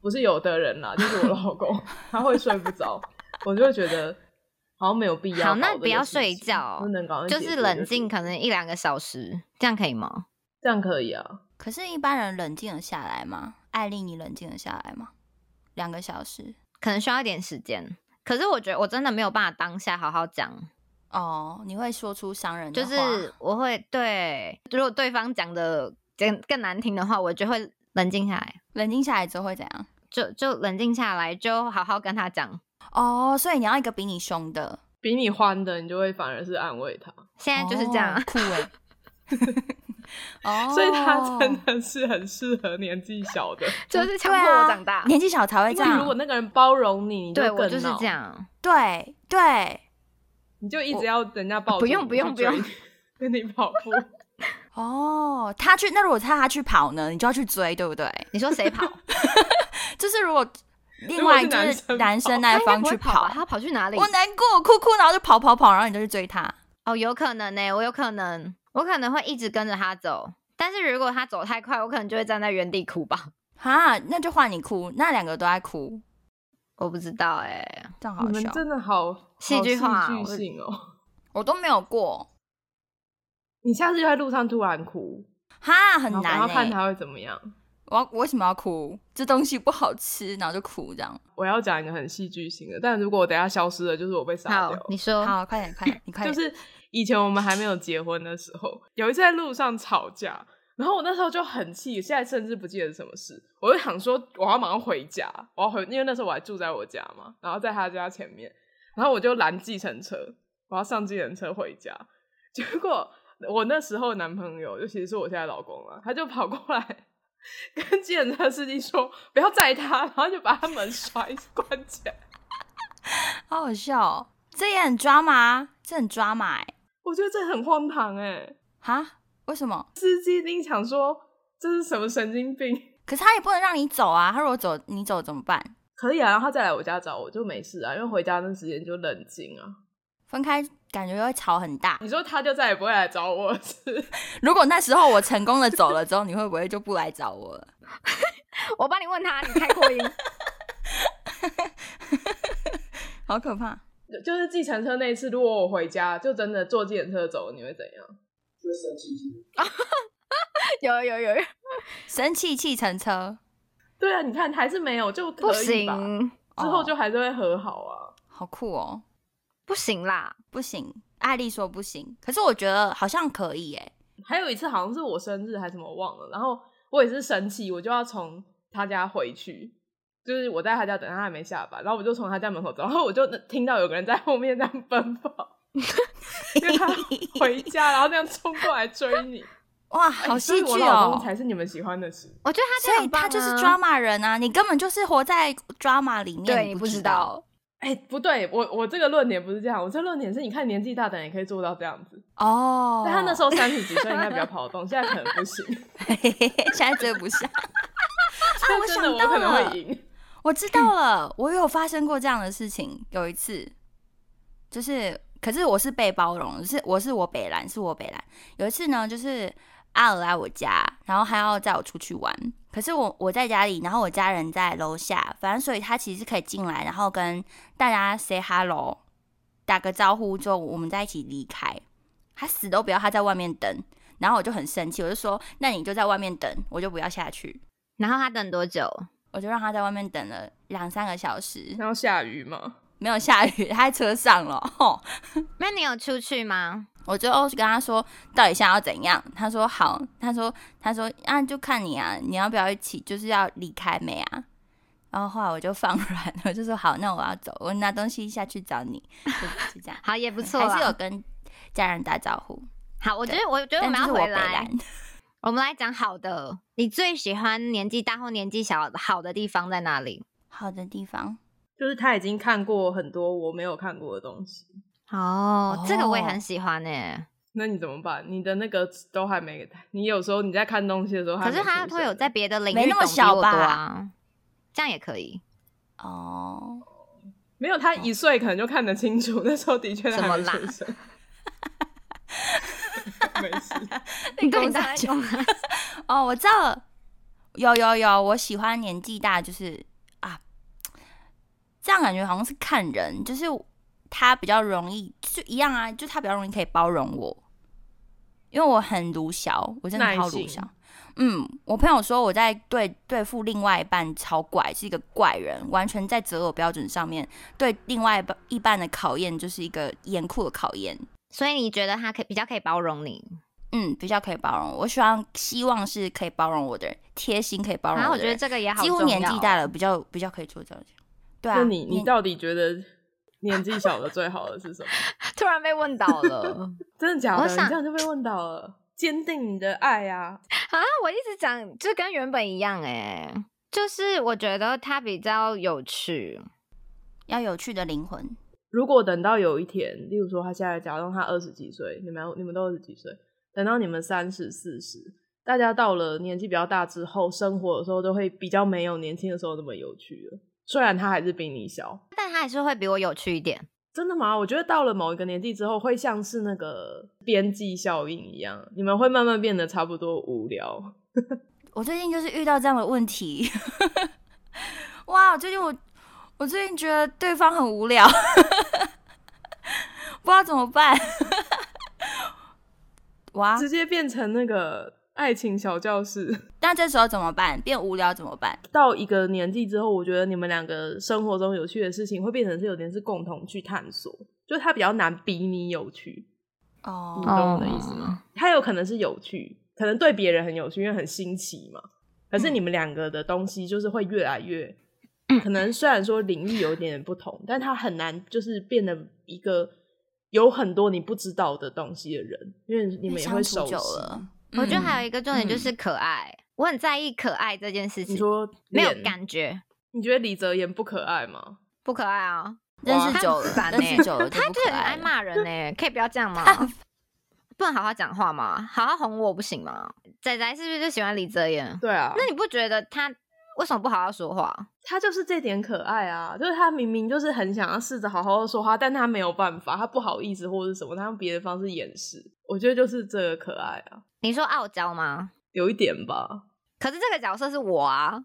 [SPEAKER 2] 不是有的人啦，就是我老公他会睡不着，我就会觉得好像没有必要
[SPEAKER 3] 好
[SPEAKER 2] 搞这个事
[SPEAKER 3] 那
[SPEAKER 2] 情。
[SPEAKER 3] 不要睡觉
[SPEAKER 2] 不能搞，
[SPEAKER 3] 就是冷静，
[SPEAKER 2] 可
[SPEAKER 3] 可能一两个小时，这样可以吗？
[SPEAKER 2] 这样可以啊。
[SPEAKER 1] 可是，一般人冷静了下来吗？艾丽，你冷静了下来吗？两个小时。
[SPEAKER 3] 可能需要一点时间。可是我觉得我真的没有办法当下好好讲，
[SPEAKER 1] 哦，你会说出伤人的
[SPEAKER 3] 就
[SPEAKER 1] 话，
[SPEAKER 3] 是我会对，如果对方讲的更更难听的话，我就会冷静下来，
[SPEAKER 1] 冷静下来之后会怎样？
[SPEAKER 3] 就就冷静下来，就好好跟他讲。
[SPEAKER 1] 哦，所以你要一个比你凶的，
[SPEAKER 2] 比你欢的，你就会反而是安慰他，
[SPEAKER 3] 现在就是这样啊，
[SPEAKER 1] 哦酷 哎、哦，
[SPEAKER 2] 所以他真的是很适合年纪小的。
[SPEAKER 3] 就是 强
[SPEAKER 1] 对
[SPEAKER 3] 迫
[SPEAKER 1] 啊
[SPEAKER 3] 我长大。
[SPEAKER 1] 年纪小才会
[SPEAKER 2] 因
[SPEAKER 1] 哎这
[SPEAKER 2] 为如
[SPEAKER 1] 样
[SPEAKER 2] 果，那个人包容你，你
[SPEAKER 3] 对
[SPEAKER 2] 更
[SPEAKER 3] 我就是
[SPEAKER 2] 闹
[SPEAKER 3] 这，样，
[SPEAKER 1] 对对，
[SPEAKER 2] 你就一直要人家抱
[SPEAKER 3] 啊不
[SPEAKER 2] 住
[SPEAKER 3] 用
[SPEAKER 2] 你
[SPEAKER 3] 不用
[SPEAKER 2] 去
[SPEAKER 3] 不用
[SPEAKER 2] 追你， 跟你跑 步。
[SPEAKER 1] 哦，他去那如果他他去跑呢，你就要去追，对不对？
[SPEAKER 3] 你说谁跑？
[SPEAKER 1] 就是如果另
[SPEAKER 2] 如果
[SPEAKER 1] 外
[SPEAKER 2] 是
[SPEAKER 1] 就
[SPEAKER 2] 男
[SPEAKER 1] 是
[SPEAKER 2] 生
[SPEAKER 1] 男生
[SPEAKER 3] 他
[SPEAKER 1] 那一
[SPEAKER 3] 应该
[SPEAKER 1] 方
[SPEAKER 3] 不会
[SPEAKER 1] 去
[SPEAKER 3] 跑吧？他跑去哪里？
[SPEAKER 1] 我难过，我哭哭，然后就跑跑跑，然后你就去追他。
[SPEAKER 3] 哦，有可能呢、我有可能，我可能会一直跟着他走，但是如果他走太快，我可能就会站在原地哭吧。
[SPEAKER 1] 哈，那就换你哭，那两个都在哭，
[SPEAKER 3] 我不知道哎、
[SPEAKER 1] 这样
[SPEAKER 2] 你
[SPEAKER 1] 好
[SPEAKER 2] 们
[SPEAKER 1] 笑。
[SPEAKER 2] 真的好好
[SPEAKER 3] 戏剧化
[SPEAKER 2] 戏剧
[SPEAKER 3] 我
[SPEAKER 2] 性哦！
[SPEAKER 1] 我都没有过，
[SPEAKER 2] 你下次就在路上突然哭，
[SPEAKER 1] 哈，很
[SPEAKER 2] 然
[SPEAKER 1] 难
[SPEAKER 2] 后看
[SPEAKER 1] 哎、
[SPEAKER 3] 欸
[SPEAKER 2] 他会怎么样。
[SPEAKER 1] 我要我为什么要哭？这东西不好吃，然后就哭这样。
[SPEAKER 2] 我要讲一个很戏剧性的，但如果我等一下消失了，就是我被杀
[SPEAKER 3] 好
[SPEAKER 2] 掉，。
[SPEAKER 3] 你说
[SPEAKER 1] 好，快点，快 点，你快
[SPEAKER 2] 哦就
[SPEAKER 1] 点。
[SPEAKER 2] 是以前我们还没有结婚的时候，有一次在路上吵架，然后我那时候就很气，现在甚至不记得是什么事，我就想说我要马上回家，我要回，因为那时候我还住在我家嘛，然后在他家前面，然后我就拦计程车，我要上计程车回家，结果我那时候男朋友，就其实是我现在老公啊，他就跑过来。跟计程车司机说不要载他，然后就把他门 摔关起来。
[SPEAKER 1] 好好笑、哦，这也很抓马，啊这很抓马哎、
[SPEAKER 2] 我觉得这很荒唐哎、
[SPEAKER 1] 哈，为什么？
[SPEAKER 2] 司机一定想说这是什么神经病？
[SPEAKER 1] 可是他也不能让你走啊，他如果走你走怎么办？
[SPEAKER 2] 可以啊，然后他再来我家找我就没事啊，因为回家那时间就冷静啊。
[SPEAKER 1] 分开感觉会吵很大。
[SPEAKER 2] 你说他就再也不会来找我了是？
[SPEAKER 1] 如果那时候我成功的走了之后，你会不会就不来找我了？
[SPEAKER 3] 我帮你问他，你开 扩音。
[SPEAKER 1] 好可怕！
[SPEAKER 2] 就就是计程车那一次，如果我回家就真的坐计程车走，你会怎样？
[SPEAKER 4] 就会生气气。
[SPEAKER 3] 有有有有，
[SPEAKER 1] 生气气乘车，
[SPEAKER 2] 对啊，你看还是没有就
[SPEAKER 3] 不
[SPEAKER 2] 可以吧？
[SPEAKER 3] 行
[SPEAKER 2] 之
[SPEAKER 1] 哦
[SPEAKER 2] 后就还是会和好啊。
[SPEAKER 1] 好酷哦！
[SPEAKER 3] 不行啦，
[SPEAKER 1] 不行，艾丽说不行，可是我觉得好像可以哎、
[SPEAKER 2] 还有一次好像是我生日还是什么我忘了，然后我也是生气，我就要从他家回去，就是我在他家等他还没下班，然后我就从他家门口走，然后我就听到有个人在后面这样奔跑，因为他回家，然后这样冲过来追你，
[SPEAKER 1] 哇，
[SPEAKER 2] 哎
[SPEAKER 1] 好
[SPEAKER 2] 所以
[SPEAKER 1] 戏
[SPEAKER 2] 我
[SPEAKER 1] 剧
[SPEAKER 2] 老公
[SPEAKER 1] 哦！
[SPEAKER 2] 才是你们喜欢的事。
[SPEAKER 3] 我觉得他这
[SPEAKER 1] 所以
[SPEAKER 3] 样很棒
[SPEAKER 1] 他
[SPEAKER 3] 啊
[SPEAKER 1] 就是抓马人啊，你根本就是活在抓马里面，
[SPEAKER 3] 对
[SPEAKER 1] 你
[SPEAKER 3] 你
[SPEAKER 1] 不
[SPEAKER 3] 不知
[SPEAKER 1] 道
[SPEAKER 3] 道，
[SPEAKER 2] 哎、不对，我我这个论点不是这样，我这论点是你看年纪大的人也可以做到这样子，
[SPEAKER 1] 哦。
[SPEAKER 2] 但他那时
[SPEAKER 1] 候
[SPEAKER 2] 候三十几岁应该比较跑得动，现在可能 不行，
[SPEAKER 1] 现在追不 上。
[SPEAKER 2] 啊
[SPEAKER 1] 我
[SPEAKER 2] 真的
[SPEAKER 1] 想
[SPEAKER 2] 我
[SPEAKER 1] 到
[SPEAKER 2] 可能
[SPEAKER 1] 了
[SPEAKER 2] 会赢。
[SPEAKER 1] 我知道了，我有发生过这样的事情，有一次，就是，可是我是被包容，是我是我北兰，是我北兰。有一次呢，就是阿尔来我家，然后他要载我出去玩，可是我我在家里，然后我家人在楼下，反正所以他其实是可以进来，然后跟大家 say hello，打个招呼之后，我们再一起离开。他死都不要他在外面等，然后我就很生气，我就说：“那你就在外面等，我就不要下去。”
[SPEAKER 3] 然后他等多久？
[SPEAKER 1] 我就让他在外面等了两三个小时，
[SPEAKER 2] 然后下雨嘛，
[SPEAKER 1] 没有下雨，他在车上了。吼
[SPEAKER 3] 那你有出去吗？
[SPEAKER 1] 我最后跟他说，到底想要怎样？他说好，他说他说啊，就看你啊，你要不要一起，就是要离开没啊？然后后来我就放软，我就说好，那我要走，我拿东西下去找你，就是这样。
[SPEAKER 3] 好，也不错，啊
[SPEAKER 1] 还是有跟家人打招呼。
[SPEAKER 3] 好，我觉得我觉得我们要回来，我们来讲好的。你最喜欢年纪大或年纪小好的地方在哪里？
[SPEAKER 1] 好的地方
[SPEAKER 2] 就是他已经看过很多我没有看过的东西。
[SPEAKER 3] 哦，这个我也很喜欢诶、欸。
[SPEAKER 2] 那你怎么办？你的那个都还没，你有时候你在看东西的时候，
[SPEAKER 3] 哦可是他会有在别的领域、
[SPEAKER 1] 啊、没那么小吧？
[SPEAKER 3] 这样也可以
[SPEAKER 1] 哦。
[SPEAKER 2] 没有，他一岁可能就看得清楚，哦、 那时候的确
[SPEAKER 3] 什么啦？
[SPEAKER 2] 没事，
[SPEAKER 3] 你跟我在讲
[SPEAKER 1] 哦，我知道了，有有有，我喜欢年纪大，就是啊，这样感觉好像是看人，就是。他比较容易，就一样啊，就他比较容易可以包容我，因为我很鲁小，我真的超鲁小。嗯，我朋友说我在对对付另外一半超怪，是一个怪人，完全在择偶标准上面对另外一半的考验就是一个严酷的考验。
[SPEAKER 3] 所以你觉得他可以比较可以包容你？
[SPEAKER 1] 嗯，比较可以包容。我希望希望是可以包容我的人，贴心可以包容我的人。
[SPEAKER 3] 啊，我觉得这个也好、哦，
[SPEAKER 1] 几乎年纪大了比较比较可以做这样。 对啊，
[SPEAKER 2] 你你到底觉得？年纪小的最好的是什么？
[SPEAKER 3] 突然被问到 了，
[SPEAKER 2] 真的假的？你这样就被问到了，坚定你的爱呀、
[SPEAKER 3] 啊！啊，我一直讲就跟原本一样哎、欸，就是我觉得它比较有趣，
[SPEAKER 1] 要有趣的灵魂。
[SPEAKER 2] 如果等到有一天，例如说他现在假装他二十几岁，你们你们都二十几岁，等到你们三十四十，大家到了年纪比较大之后，生活的时候都会比较没有年轻的时候那么有趣了。虽然他还是比你小，
[SPEAKER 3] 但他还是会比我有趣一点。
[SPEAKER 2] 真的吗？我觉得到了某一个年纪之后，会像是那个边际效应一样，你们会慢慢变得差不多无聊。
[SPEAKER 1] 我最近就是遇到这样的问题。 哇，最近我我最近觉得对方很无聊，不知道怎么办。哇，
[SPEAKER 2] 直接变成那个。爱情小教室，
[SPEAKER 1] 但这时候怎么办？变无聊怎么办？
[SPEAKER 2] 到一个年纪之后，我觉得你们两个生活中有趣的事情会变成是有点是共同去探索，就是它比较难比你有趣
[SPEAKER 1] 哦，
[SPEAKER 2] 你懂我的意思吗？
[SPEAKER 3] 哦
[SPEAKER 2] 它有可能是有趣，可能对别人很有趣，因为很新奇嘛。可
[SPEAKER 3] 嗯
[SPEAKER 2] 是你们两个的东西就是会越来越，嗯、可能虽然说领域有点不同，但它很难就是变得一个有很多你不知道的东西的人，因为你们也会熟悉。
[SPEAKER 3] 我
[SPEAKER 1] 嗯
[SPEAKER 3] 觉得还有一个重点就是可爱，嗯、我很在意可爱这件事情。
[SPEAKER 2] 你说
[SPEAKER 3] 没有感觉？
[SPEAKER 2] 你觉得李泽言不可爱吗？
[SPEAKER 3] 不可爱啊！
[SPEAKER 1] 认识久了，认识久了，
[SPEAKER 3] 欸他就很爱骂人呢、欸，可以不要这样吗？不能好好讲话吗？好好哄我不行吗？仔仔是不是就喜欢李泽言？
[SPEAKER 2] 对啊。
[SPEAKER 3] 那你不觉得他为什么不好好说话？
[SPEAKER 2] 他就是这点可爱啊，就是他明明就是很想要试着好好说话，但他没有办法，他不好意思或者什么，他用别的方式掩饰。我觉得就是这个可爱啊。
[SPEAKER 3] 你说傲娇吗？
[SPEAKER 2] 有一点吧。
[SPEAKER 3] 可是这个角色是我啊。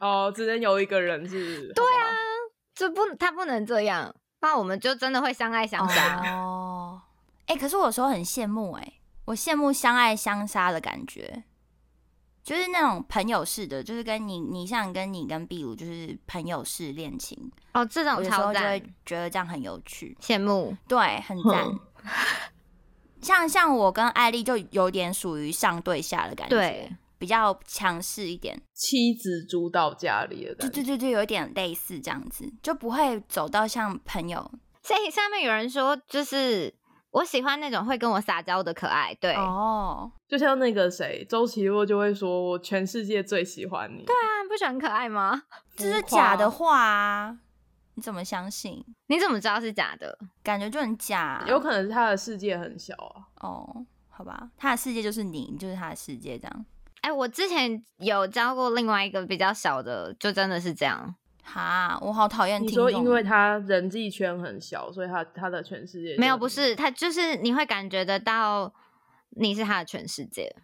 [SPEAKER 2] 哦，只能有一个人是。
[SPEAKER 3] 对啊，就不他不能这样，那我们就真的会相爱相杀。
[SPEAKER 1] 哦。哎、欸，可是我有时候很羡慕哎、欸，我羡慕相爱相杀的感觉，就是那种朋友式的，就是跟你你像跟你跟壁炉就是朋友式恋情。
[SPEAKER 3] 哦，这种超赞，
[SPEAKER 1] 就会觉得这样很有趣，
[SPEAKER 3] 羡慕。
[SPEAKER 1] 对，很赞。像像我跟艾丽就有点属于上对下的感觉，比较强势一点，
[SPEAKER 2] 妻子主导家里的感
[SPEAKER 1] 觉，对对对对，有一点类似这样子，就不会走到像朋友。
[SPEAKER 3] 所以下面有人说，就是我喜欢那种会跟我撒娇的可爱，对
[SPEAKER 1] 哦，
[SPEAKER 2] 就像那个谁周奇洛就会说，我全世界最喜欢你。
[SPEAKER 3] 对啊，不是很可爱吗？
[SPEAKER 1] 这是假的话啊。你怎么相信？
[SPEAKER 3] 你怎么知道是假的？
[SPEAKER 1] 感觉就很假、啊，
[SPEAKER 2] 有可能是他的世界很小啊。
[SPEAKER 1] 哦，好吧，他的世界就是你，就是他的世界这样。
[SPEAKER 3] 哎、欸，我之前有教过另外一个比较小的，就真的是这样。
[SPEAKER 1] 哈，我好讨厌。
[SPEAKER 2] 你说因为他人际圈很小，所以他他的全世界
[SPEAKER 3] 没有，不是他就是你会感觉得到你是他的全世界，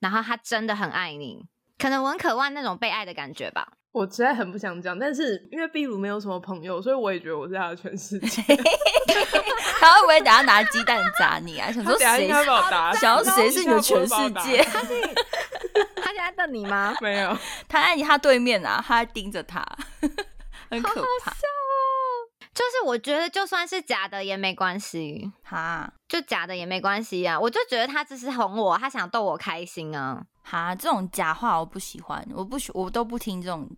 [SPEAKER 3] 然后他真的很爱你，可能我很渴望那种被爱的感觉吧。
[SPEAKER 2] 我实在很不想讲，但是因为壁炉没有什么朋友，所以我也觉得我是他的全世界。
[SPEAKER 1] 他会不会等下拿鸡蛋砸 你 啊？想说谁？想
[SPEAKER 2] 要
[SPEAKER 1] 谁是你的全世界？
[SPEAKER 3] 他 是他现在瞪你吗？
[SPEAKER 2] 没有，
[SPEAKER 1] 他在你他对面啊，他盯着他，很可怕。
[SPEAKER 3] 好好笑哦！ 就是我觉得就算是假的也没关系，
[SPEAKER 1] 哈
[SPEAKER 3] 就假的也没关系啊。我就觉得他只是哄我，他想逗我开心啊。
[SPEAKER 1] 哈，这种假话我不喜欢，我不喜我都不听这种，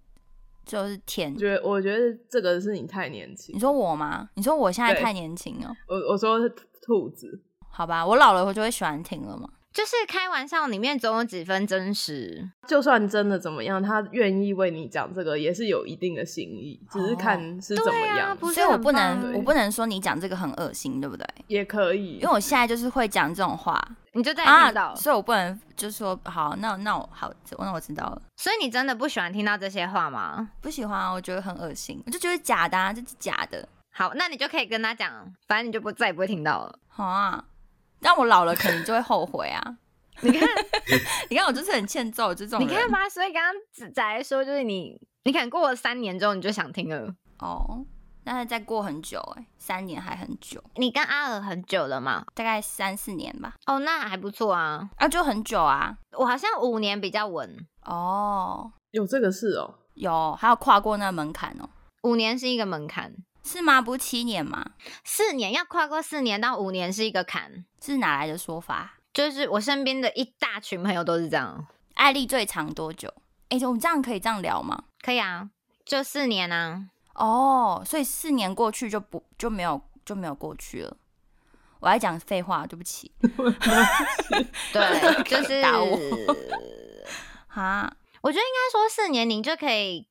[SPEAKER 1] 就是舔
[SPEAKER 2] 我。觉得我觉得这个是你太年轻
[SPEAKER 1] 你，说我吗？你说我现在
[SPEAKER 2] 对
[SPEAKER 1] 太年轻了？
[SPEAKER 2] 我我说是兔子，
[SPEAKER 1] 好吧，我老了我就会喜欢听了嘛。
[SPEAKER 3] 就是开玩笑里面总有几分真实。
[SPEAKER 2] 就算真的怎么样，他愿意为你讲这个也是有一定的心意，只是看是怎么
[SPEAKER 3] 对
[SPEAKER 2] 样，
[SPEAKER 3] 啊，不
[SPEAKER 1] 所
[SPEAKER 3] 是
[SPEAKER 1] 以我哦
[SPEAKER 3] 很
[SPEAKER 1] 不
[SPEAKER 3] 棒
[SPEAKER 1] 能，
[SPEAKER 2] 对
[SPEAKER 1] 我不能说你讲这个很恶心，对不对？
[SPEAKER 2] 也可以
[SPEAKER 1] 因为。我现在就是会讲这种话
[SPEAKER 3] 你就在
[SPEAKER 1] 啊
[SPEAKER 3] 听到，，
[SPEAKER 1] 所以我不能就说好，那那我好，那我知道了，
[SPEAKER 3] 所以你真的不喜欢听到这些话吗？
[SPEAKER 1] 不喜欢啊，我觉得很恶心，我就觉得假的、啊，这是假的，
[SPEAKER 3] 好，那你就可以跟他讲，反正你就不再也不会听到了。
[SPEAKER 1] 好啊。但我老了可能就会后悔啊！
[SPEAKER 3] 你看，
[SPEAKER 1] 你看我就是很欠揍，我就是这种
[SPEAKER 3] 你
[SPEAKER 1] 人。
[SPEAKER 3] 看吧，所以刚刚仔来说，就是你，你可能过了三年之后，你就想听了。
[SPEAKER 1] 哦，那再过很久哎、三年还很久，
[SPEAKER 3] 你跟阿尔很久了嘛？
[SPEAKER 1] 大概三四年吧，
[SPEAKER 3] 哦，那还不错啊。
[SPEAKER 1] 啊，就很久啊。
[SPEAKER 3] 我好像五年比较稳，
[SPEAKER 1] 哦，
[SPEAKER 2] 有这个事哦、
[SPEAKER 1] 有，还有跨过那门槛哦，
[SPEAKER 3] 五年是一个门槛，
[SPEAKER 1] 是吗？不是七年吗？
[SPEAKER 3] 四年要跨过四年到五年是一个坎。
[SPEAKER 1] 是哪来的说法？
[SPEAKER 3] 就是我身边的一大群朋友都是这样。
[SPEAKER 1] 艾丽最长多久？哎、我们这样可以这样聊吗？
[SPEAKER 3] 可以啊，就四年啊。
[SPEAKER 1] 哦，所以四年过去就不就没有就没有过去了。我在讲废话，对不起
[SPEAKER 3] 对，就是
[SPEAKER 1] 打我哈，
[SPEAKER 3] 我觉得应该说四年，你就可以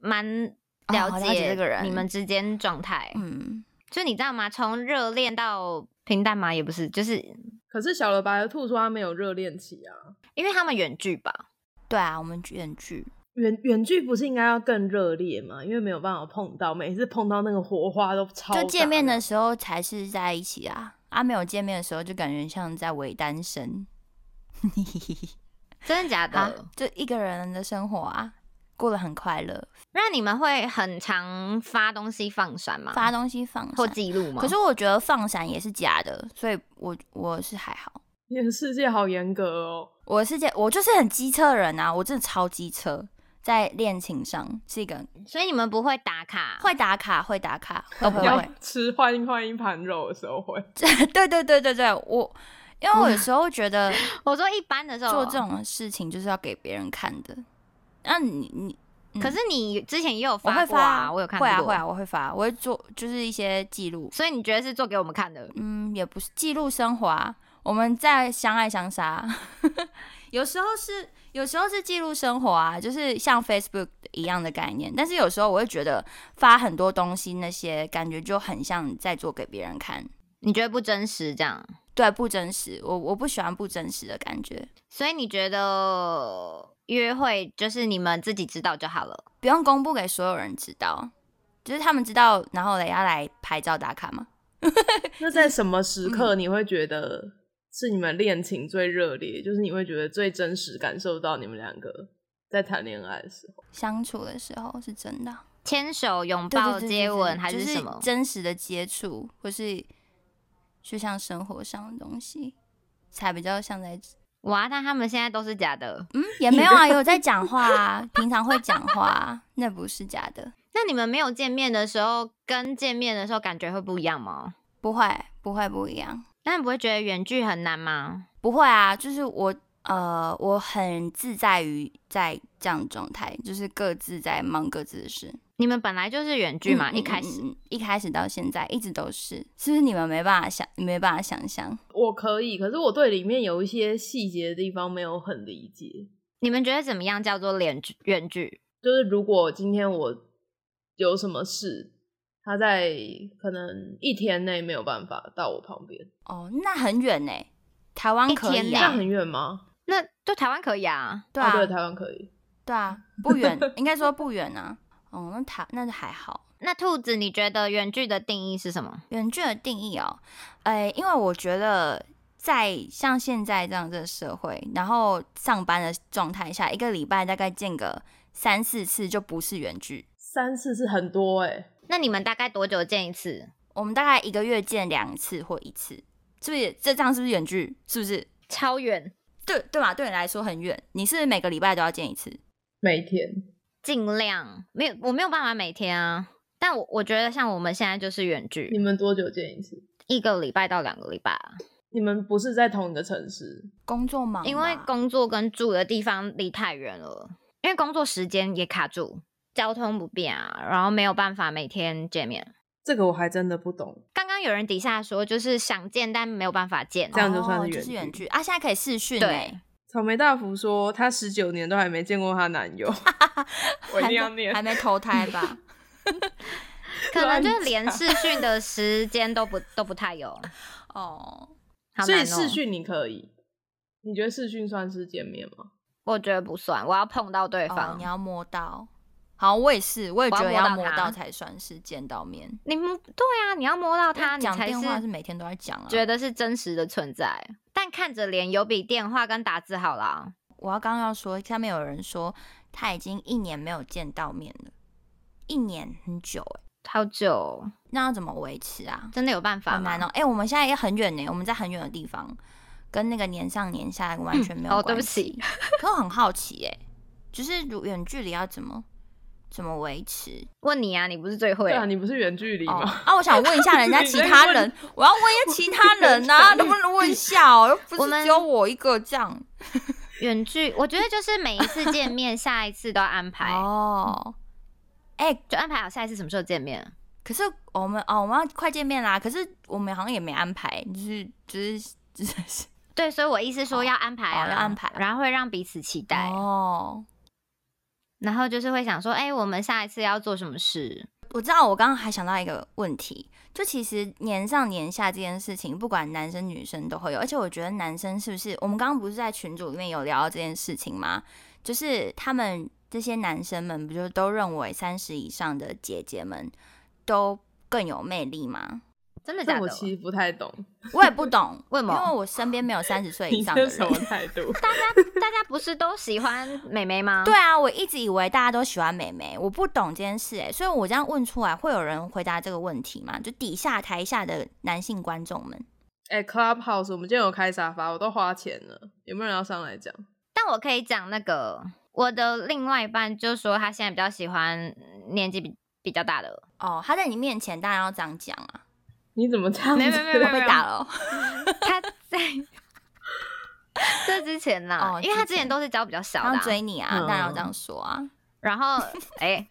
[SPEAKER 3] 蛮了
[SPEAKER 1] 哦
[SPEAKER 3] 解,、
[SPEAKER 1] 了解这个人
[SPEAKER 3] 你们之间状态。
[SPEAKER 1] 嗯，
[SPEAKER 3] 就你知道吗？从热恋到平淡嘛，也不是，就是
[SPEAKER 2] 可是小了白的兔说他没有热恋期啊，
[SPEAKER 3] 因为他们远距吧。
[SPEAKER 1] 对啊，我们远距
[SPEAKER 2] 远远距不是应该要更热烈吗？因为没有办法碰到，每次碰到那个火花都超大
[SPEAKER 1] 就见面的时候才是在一起啊，啊，没有见面的时候就感觉像在伪单身，
[SPEAKER 3] 真的假的？
[SPEAKER 1] 啊，就一个人的生活啊，过得很快乐，
[SPEAKER 3] 那你们会很常发东西放闪吗？
[SPEAKER 1] 发东西放
[SPEAKER 3] 或
[SPEAKER 1] 闪。
[SPEAKER 3] 记录吗？
[SPEAKER 1] 可是我觉得放闪也是假的，所以我我是还好。
[SPEAKER 2] 你的世界好严格哦、
[SPEAKER 1] 我是这，我就是很机车的人啊，我真的超机车，在恋情上是一个
[SPEAKER 3] 所以你们不会打卡，
[SPEAKER 1] 会打卡，会打卡，会
[SPEAKER 3] 哦不
[SPEAKER 1] 会
[SPEAKER 2] 要
[SPEAKER 1] 会，
[SPEAKER 2] 吃换一换一盘肉的时候会，
[SPEAKER 1] 对对对对对，我因为我有时候觉得
[SPEAKER 3] 我说一般的时候哦
[SPEAKER 1] 做这。种事情就是要给别人看的，那你你嗯
[SPEAKER 3] 可是你之前也有
[SPEAKER 1] 我
[SPEAKER 3] 发
[SPEAKER 1] 会
[SPEAKER 3] 过
[SPEAKER 1] 发
[SPEAKER 3] 啊，我有看过，
[SPEAKER 1] 会啊会啊，我会发，我会做就是一些记录，
[SPEAKER 3] 所以你觉得是做给我们看的？
[SPEAKER 1] 嗯，也不是记录生活、啊，我们在相爱相杀， 有时候是有时候是记录生活啊，就是像 Facebook 一样的概念，但是有时候我会觉得发很多东西那些感觉就很像在做给别人看，
[SPEAKER 3] 你觉得不真实这样？
[SPEAKER 1] 对，不真实，我我不喜欢不真实的感觉，
[SPEAKER 3] 所以你觉得约会就是你们自己知道就好了？
[SPEAKER 1] 不用公布给所有人知道，就是他们知道，然后嘞要来拍照打卡嘛，
[SPEAKER 2] 那在什么时刻你会觉得是你们恋情最热烈？就是你会觉得最真实感受到你们两个在谈恋爱的时候，
[SPEAKER 1] 相处的时候是真的啊。
[SPEAKER 3] 牵手、拥
[SPEAKER 1] 对对
[SPEAKER 3] 抱、
[SPEAKER 1] 对对
[SPEAKER 3] 接
[SPEAKER 1] 对
[SPEAKER 3] 吻还
[SPEAKER 1] 就是
[SPEAKER 3] 什么？
[SPEAKER 1] 真实的接触，或是就像生活上的东西，才比较像在
[SPEAKER 3] 哇，但他们现在都是假的。
[SPEAKER 1] 嗯，也没有 啊，有在讲话啊，平常会讲话、啊，那不是假的，
[SPEAKER 3] 那你们没有见面的时候跟见面的时候感觉会不一样吗？
[SPEAKER 1] 不会，不会不一样，
[SPEAKER 3] 那你不会觉得远距很难吗？
[SPEAKER 1] 不会啊，就是我呃，我很自在于在这样的状态，就是各自在忙各自的事。
[SPEAKER 3] 你们本来就是远距嘛，
[SPEAKER 1] 嗯
[SPEAKER 3] 一开始、
[SPEAKER 1] 嗯嗯嗯一开始到现在一直都是，是不是你们没办法想，没办法想象？
[SPEAKER 2] 我可以，可是我对里面有一些细节的地方没有很理解。
[SPEAKER 3] 你们觉得怎么样叫做远距？远距
[SPEAKER 2] 就是如果今天我有什么事，他在可能一天内没有办法到我旁边，
[SPEAKER 1] 哦，那很远呢、台湾
[SPEAKER 3] 一
[SPEAKER 1] 可
[SPEAKER 3] 天
[SPEAKER 1] 以
[SPEAKER 2] 这
[SPEAKER 3] 内
[SPEAKER 1] 啊
[SPEAKER 2] 样，很远吗？
[SPEAKER 3] 那对台湾可以啊，
[SPEAKER 1] 对
[SPEAKER 2] 哦
[SPEAKER 1] 啊，
[SPEAKER 2] 对，台湾可以。
[SPEAKER 1] 对啊，不远，应该说不远啊。哦，那他那就还好。
[SPEAKER 3] 那兔子，你觉得远距的定义是什么？
[SPEAKER 1] 远距的定义哦，呃，因为我觉得在像现在这样的社会，然后上班的状态下，一个礼拜大概见个三四次就不是远距。
[SPEAKER 2] 三次是很多哎、
[SPEAKER 3] 那你们大概多久见一次？
[SPEAKER 1] 我们大概一个月见两次或一次，是不是？这这样是不是远距？是不是？
[SPEAKER 3] 超远，
[SPEAKER 1] 对对嘛，对你来说很远。你是不是每个礼拜都要见一次？
[SPEAKER 2] 每天
[SPEAKER 3] 尽量没有，我没有办法每天啊。但我我觉得像我们现在就是远距，
[SPEAKER 2] 你们多久见一次？
[SPEAKER 3] 一个礼拜到两个礼拜啊，
[SPEAKER 2] 你们不是在同一个城市？
[SPEAKER 1] 工作忙吧，
[SPEAKER 3] 因为工作跟住的地方离太远了，因为工作时间也卡住，交通不便啊，然后没有办法每天见面。
[SPEAKER 2] 这个我还真的不懂。
[SPEAKER 3] 刚刚有人底下说，就是想见但没有办法见，
[SPEAKER 2] 这样就算是
[SPEAKER 1] 哦
[SPEAKER 2] 远
[SPEAKER 1] 就是
[SPEAKER 2] 距
[SPEAKER 1] 远距啊，现在可以视讯
[SPEAKER 3] 对
[SPEAKER 1] 哎，
[SPEAKER 2] 草莓大福说，她十九年都还没见过她男友，我一定要念
[SPEAKER 1] 还没投胎 吧？
[SPEAKER 3] 可能就是连
[SPEAKER 2] 乱讲
[SPEAKER 3] 视讯的时间都不都 不太有，
[SPEAKER 1] 哦，
[SPEAKER 3] 好
[SPEAKER 2] 所
[SPEAKER 3] 难
[SPEAKER 2] 以
[SPEAKER 3] 哦
[SPEAKER 2] 视讯你可以，你觉得视讯算是见面吗？
[SPEAKER 3] 我觉得不算，我要碰到对
[SPEAKER 1] 哦
[SPEAKER 3] 方。
[SPEAKER 1] 你要摸到。好，我也是，我也觉得
[SPEAKER 3] 我要
[SPEAKER 1] 要
[SPEAKER 3] 摸
[SPEAKER 1] 摸
[SPEAKER 3] 到他
[SPEAKER 1] 到才算是见到面。
[SPEAKER 3] 你们对啊，你要摸到他，你
[SPEAKER 1] 讲
[SPEAKER 3] 才
[SPEAKER 1] 电话是
[SPEAKER 3] 是
[SPEAKER 1] 每天都在讲啊。
[SPEAKER 3] 觉得是真实的存在。但看着脸有比电话跟打字好啦。
[SPEAKER 1] 我要刚刚要说，下面有人说他已经一年没有见到面了，一年很久哎、
[SPEAKER 3] 好久哦，
[SPEAKER 1] 那要怎么维持啊？
[SPEAKER 3] 真的有办法
[SPEAKER 1] 好
[SPEAKER 3] 吗？
[SPEAKER 1] 难哦、哎、我们现在也很远呢、我们在很远的地方，跟那个年上年下完全没有、
[SPEAKER 3] 哦，对不，起，
[SPEAKER 1] 可我很好奇哎、就是如远距离要怎么怎么维持？
[SPEAKER 3] 问你啊，你不是最会
[SPEAKER 2] 对啊，你不是远距离
[SPEAKER 1] 哦
[SPEAKER 2] 吗？
[SPEAKER 1] 啊，我想问一下人家
[SPEAKER 2] 你在
[SPEAKER 1] 其他
[SPEAKER 2] 问
[SPEAKER 1] 人，我要问一下其他人 啊，能不能问一下哦、又不
[SPEAKER 3] 我们
[SPEAKER 1] 是只有我一个这样
[SPEAKER 3] 远距，我觉得就是每一次见面，下一次都要安排，
[SPEAKER 1] 哦。
[SPEAKER 3] 就安排好下一次什么时候见面。
[SPEAKER 1] 可是我们哦，我们要快见面啦。可是我们好像也没安排，就是就是只是
[SPEAKER 3] 对，所以我意思说要安排啊，
[SPEAKER 1] 哦要安排
[SPEAKER 3] 然后会让彼此期待，
[SPEAKER 1] 哦。
[SPEAKER 3] 然后就是会想说，哎、我们下一次要做什么事？
[SPEAKER 1] 我知道，我刚刚还想到一个问题，就其实年上年下这件事情，不管男生女生都会有，而且我觉得男生是不是？我们刚刚不是在群组里面有聊到这件事情吗？就是他们这些男生们，不就都认为三十以上的姐姐们都更有魅力吗？
[SPEAKER 3] 真的假
[SPEAKER 2] 这
[SPEAKER 3] 的？
[SPEAKER 2] 我其实不太懂，
[SPEAKER 1] 我也不
[SPEAKER 3] ，
[SPEAKER 1] 懂
[SPEAKER 3] 为什么
[SPEAKER 1] 因为我身边没有三十岁以
[SPEAKER 2] 你
[SPEAKER 1] 上的
[SPEAKER 2] 这
[SPEAKER 1] 人。
[SPEAKER 2] 什么态度？
[SPEAKER 3] 大家不是都喜欢美眉吗？
[SPEAKER 1] 对，啊，我一直以为大家都喜欢美眉，我不懂这件事哎、所以我这样问出来，会有人回答这个问题吗？就底下台下的男性观众们，
[SPEAKER 2] 哎、c l u b h o u s e 我们今天有开沙发，我都花钱了，有没有人要上来讲？
[SPEAKER 3] 但我可以讲那个我的另外一半，就说他现在比较喜欢年纪比比较 大的，
[SPEAKER 1] 哦，他在你面前当然要这样讲啊，
[SPEAKER 2] 你怎么这样子？
[SPEAKER 3] 没有没有没有
[SPEAKER 1] 我被打了哦、
[SPEAKER 3] 他在这之前啦，
[SPEAKER 1] 哦
[SPEAKER 3] 因为他之
[SPEAKER 1] 之
[SPEAKER 3] 前
[SPEAKER 1] 前
[SPEAKER 3] 都是教比较小的
[SPEAKER 1] 他
[SPEAKER 3] 啊、
[SPEAKER 1] 要追你啊，
[SPEAKER 2] 嗯
[SPEAKER 1] 当然要这样说啊，
[SPEAKER 3] 然后哎、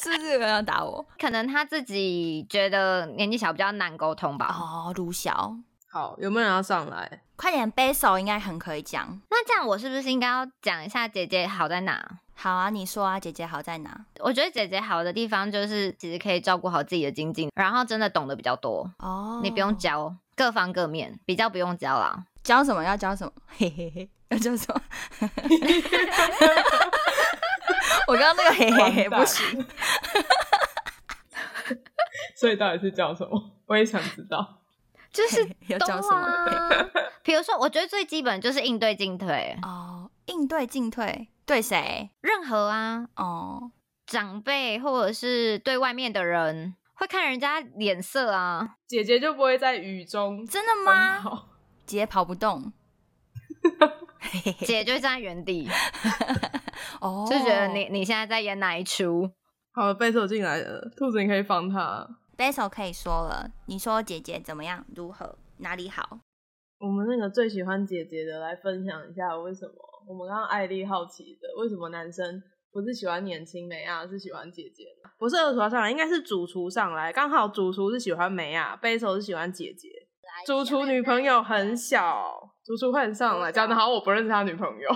[SPEAKER 1] 是不是有人要打我？
[SPEAKER 3] 可能他自己觉得年纪小比较难沟通吧。
[SPEAKER 1] 哦，卢晓，
[SPEAKER 2] 好，有没有人要上来？
[SPEAKER 1] 快点背手应该很可以讲。
[SPEAKER 3] 那这样我是不是应该要讲一下姐姐好在哪？
[SPEAKER 1] 好啊，你说啊，姐姐好在哪？
[SPEAKER 3] 我觉得姐姐好的地方就是其实可以照顾好自己的经济，然后真的懂得比较多，
[SPEAKER 1] 哦，
[SPEAKER 3] 你不用教，各方各面比较不用教啦。
[SPEAKER 1] 教什么要教什么，嘿嘿嘿，要教什么？ 我刚刚那个嘿嘿嘿不行。
[SPEAKER 2] 行。 所以到底是叫什么？我也想知道。
[SPEAKER 3] 就是
[SPEAKER 1] 要
[SPEAKER 3] 懂
[SPEAKER 1] 教什么
[SPEAKER 3] 啊。 比如说，我觉得最基本就是应对进退，
[SPEAKER 1] 哦，应对进退对谁？
[SPEAKER 3] 任何啊
[SPEAKER 1] 哦，
[SPEAKER 3] 长辈或者是对外面的人，会看人家脸色啊。
[SPEAKER 2] 姐姐就不会在雨中
[SPEAKER 1] 真的
[SPEAKER 2] 奔
[SPEAKER 1] 吗？
[SPEAKER 2] 跑。
[SPEAKER 1] 姐跑不动。
[SPEAKER 3] 姐就会站在原地，
[SPEAKER 1] 哦，
[SPEAKER 3] 就觉得你你现在在演哪一出？
[SPEAKER 2] 好了，贝斯我进来了，兔子你可以放它。
[SPEAKER 1] Basil 可以说了，你说姐姐怎么样？如何？哪里好？
[SPEAKER 2] 我们那个最喜欢姐姐的来分享一下为什么？我们刚刚艾丽好奇的，为什么男生不是喜欢年轻美亚，是喜欢姐姐呢？不是二厨上来，应该是主厨上来。刚好主厨是喜欢美亚，贝手是喜欢姐姐。主厨女朋友很小，主厨快点上来，讲的好我不认识他女朋友。